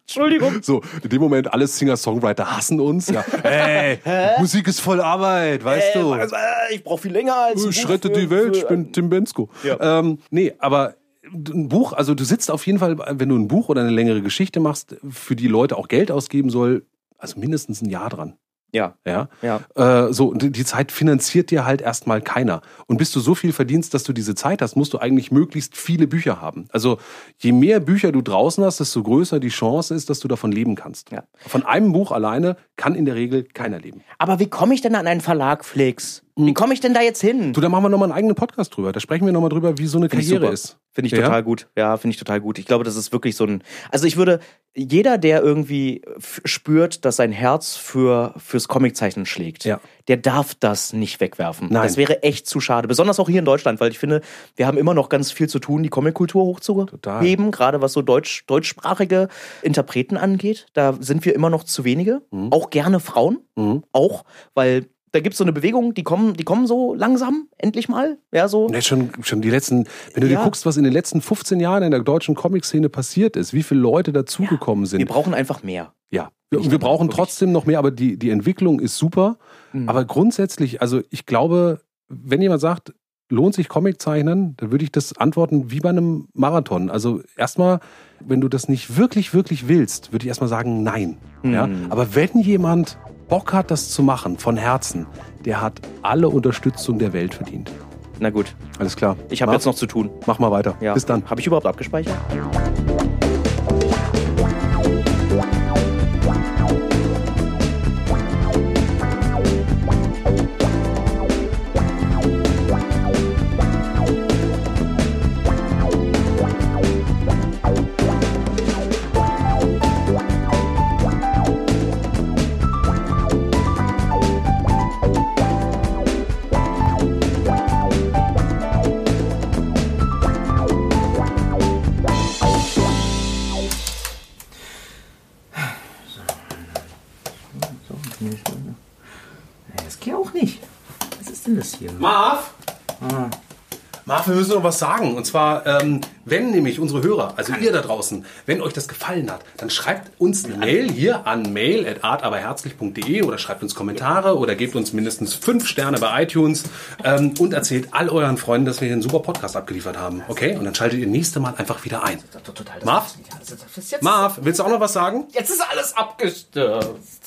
Speaker 3: Entschuldigung.
Speaker 1: so, in dem Moment alle Singer-Songwriter hassen uns. Ja. Hey, Musik ist voll Arbeit, weißt du.
Speaker 3: Äh, ich brauche viel länger als. ein
Speaker 1: Ich
Speaker 3: Buch
Speaker 1: rette
Speaker 3: für-
Speaker 1: die Welt, ich
Speaker 3: für-
Speaker 1: bin Tim Bensko.
Speaker 3: Ja.
Speaker 1: Ähm, nee, aber ein Buch, also du sitzt auf jeden Fall, wenn du ein Buch oder eine längere Geschichte machst, für die Leute auch Geld ausgeben soll, also mindestens ein Jahr dran.
Speaker 3: Ja.
Speaker 1: Ja.
Speaker 3: Ja.
Speaker 1: Äh, so, und die Zeit finanziert dir halt erstmal keiner. Und bis du so viel verdienst, dass du diese Zeit hast, musst du eigentlich möglichst viele Bücher haben. Also je mehr Bücher du draußen hast, desto größer die Chance ist, dass du davon leben kannst.
Speaker 3: Ja.
Speaker 1: Von einem Buch alleine kann in der Regel keiner leben.
Speaker 3: Aber wie komme ich denn an einen Verlag, Flix? Wie komme ich denn da jetzt hin?
Speaker 1: Du, da machen wir nochmal einen eigenen Podcast drüber. Da sprechen wir nochmal drüber, wie so eine
Speaker 3: Finde ich
Speaker 1: Karriere
Speaker 3: super.
Speaker 1: ist.
Speaker 3: Finde ich
Speaker 1: Ja?
Speaker 3: total gut. Ja, finde ich total gut. Ich glaube, das ist wirklich so ein. Also ich würde, jeder, der irgendwie f- spürt, dass sein Herz für, fürs Comiczeichnen schlägt,
Speaker 1: Ja.
Speaker 3: der darf das nicht wegwerfen.
Speaker 1: Nein.
Speaker 3: Das wäre echt zu schade. Besonders auch hier in Deutschland, weil ich finde, wir haben immer noch ganz viel zu tun, die Comickultur hochzuheben, gerade was so deutsch, deutschsprachige Interpreten angeht. Da sind wir immer noch zu wenige.
Speaker 1: Mhm.
Speaker 3: Auch gerne Frauen. Auch, weil. Da gibt es so eine Bewegung, die kommen, die kommen so langsam, endlich mal. Ja, so.
Speaker 1: Und jetzt schon, schon die letzten, wenn du
Speaker 3: Ja.
Speaker 1: dir guckst, was in den letzten 15 Jahren in der deutschen Comic-Szene passiert ist, wie viele Leute dazugekommen sind.
Speaker 3: Wir brauchen einfach mehr.
Speaker 1: Ja, wir, wir brauchen trotzdem noch mehr, aber die, die Entwicklung ist super.
Speaker 3: Mhm.
Speaker 1: Aber grundsätzlich, also ich glaube, wenn jemand sagt, lohnt sich Comic zeichnen, dann würde ich das antworten wie bei einem Marathon. Also erstmal, wenn du das nicht wirklich, wirklich willst, würde ich erstmal sagen, nein.
Speaker 3: Mhm.
Speaker 1: Ja? Aber wenn jemand Bock hat, das zu machen, von Herzen, der hat alle Unterstützung der Welt verdient.
Speaker 3: Na gut,
Speaker 1: Alles klar.
Speaker 3: ich habe
Speaker 1: Marc,
Speaker 3: jetzt noch zu tun.
Speaker 1: Mach mal weiter.
Speaker 3: Ja.
Speaker 1: Bis dann.
Speaker 3: Habe ich überhaupt abgespeichert?
Speaker 7: Das geht auch nicht. Was ist denn das hier?
Speaker 1: Marv?
Speaker 7: Ah.
Speaker 1: Marv, wir müssen noch was sagen. Und zwar, ähm, wenn nämlich unsere Hörer, also ihr da draußen, wenn euch das gefallen hat, dann schreibt uns eine Mail hier an mail oder schreibt uns Kommentare oder gebt uns mindestens fünf Sterne bei iTunes ähm, und erzählt all euren Freunden, dass wir hier einen super Podcast abgeliefert haben. Okay? Und dann schaltet ihr nächste Mal einfach wieder ein.
Speaker 7: Total, das
Speaker 1: Marv?
Speaker 7: ist- das ist- das ist- Jetzt,
Speaker 1: Marv, willst du auch noch was sagen?
Speaker 7: jetzt ist alles abgestürzt.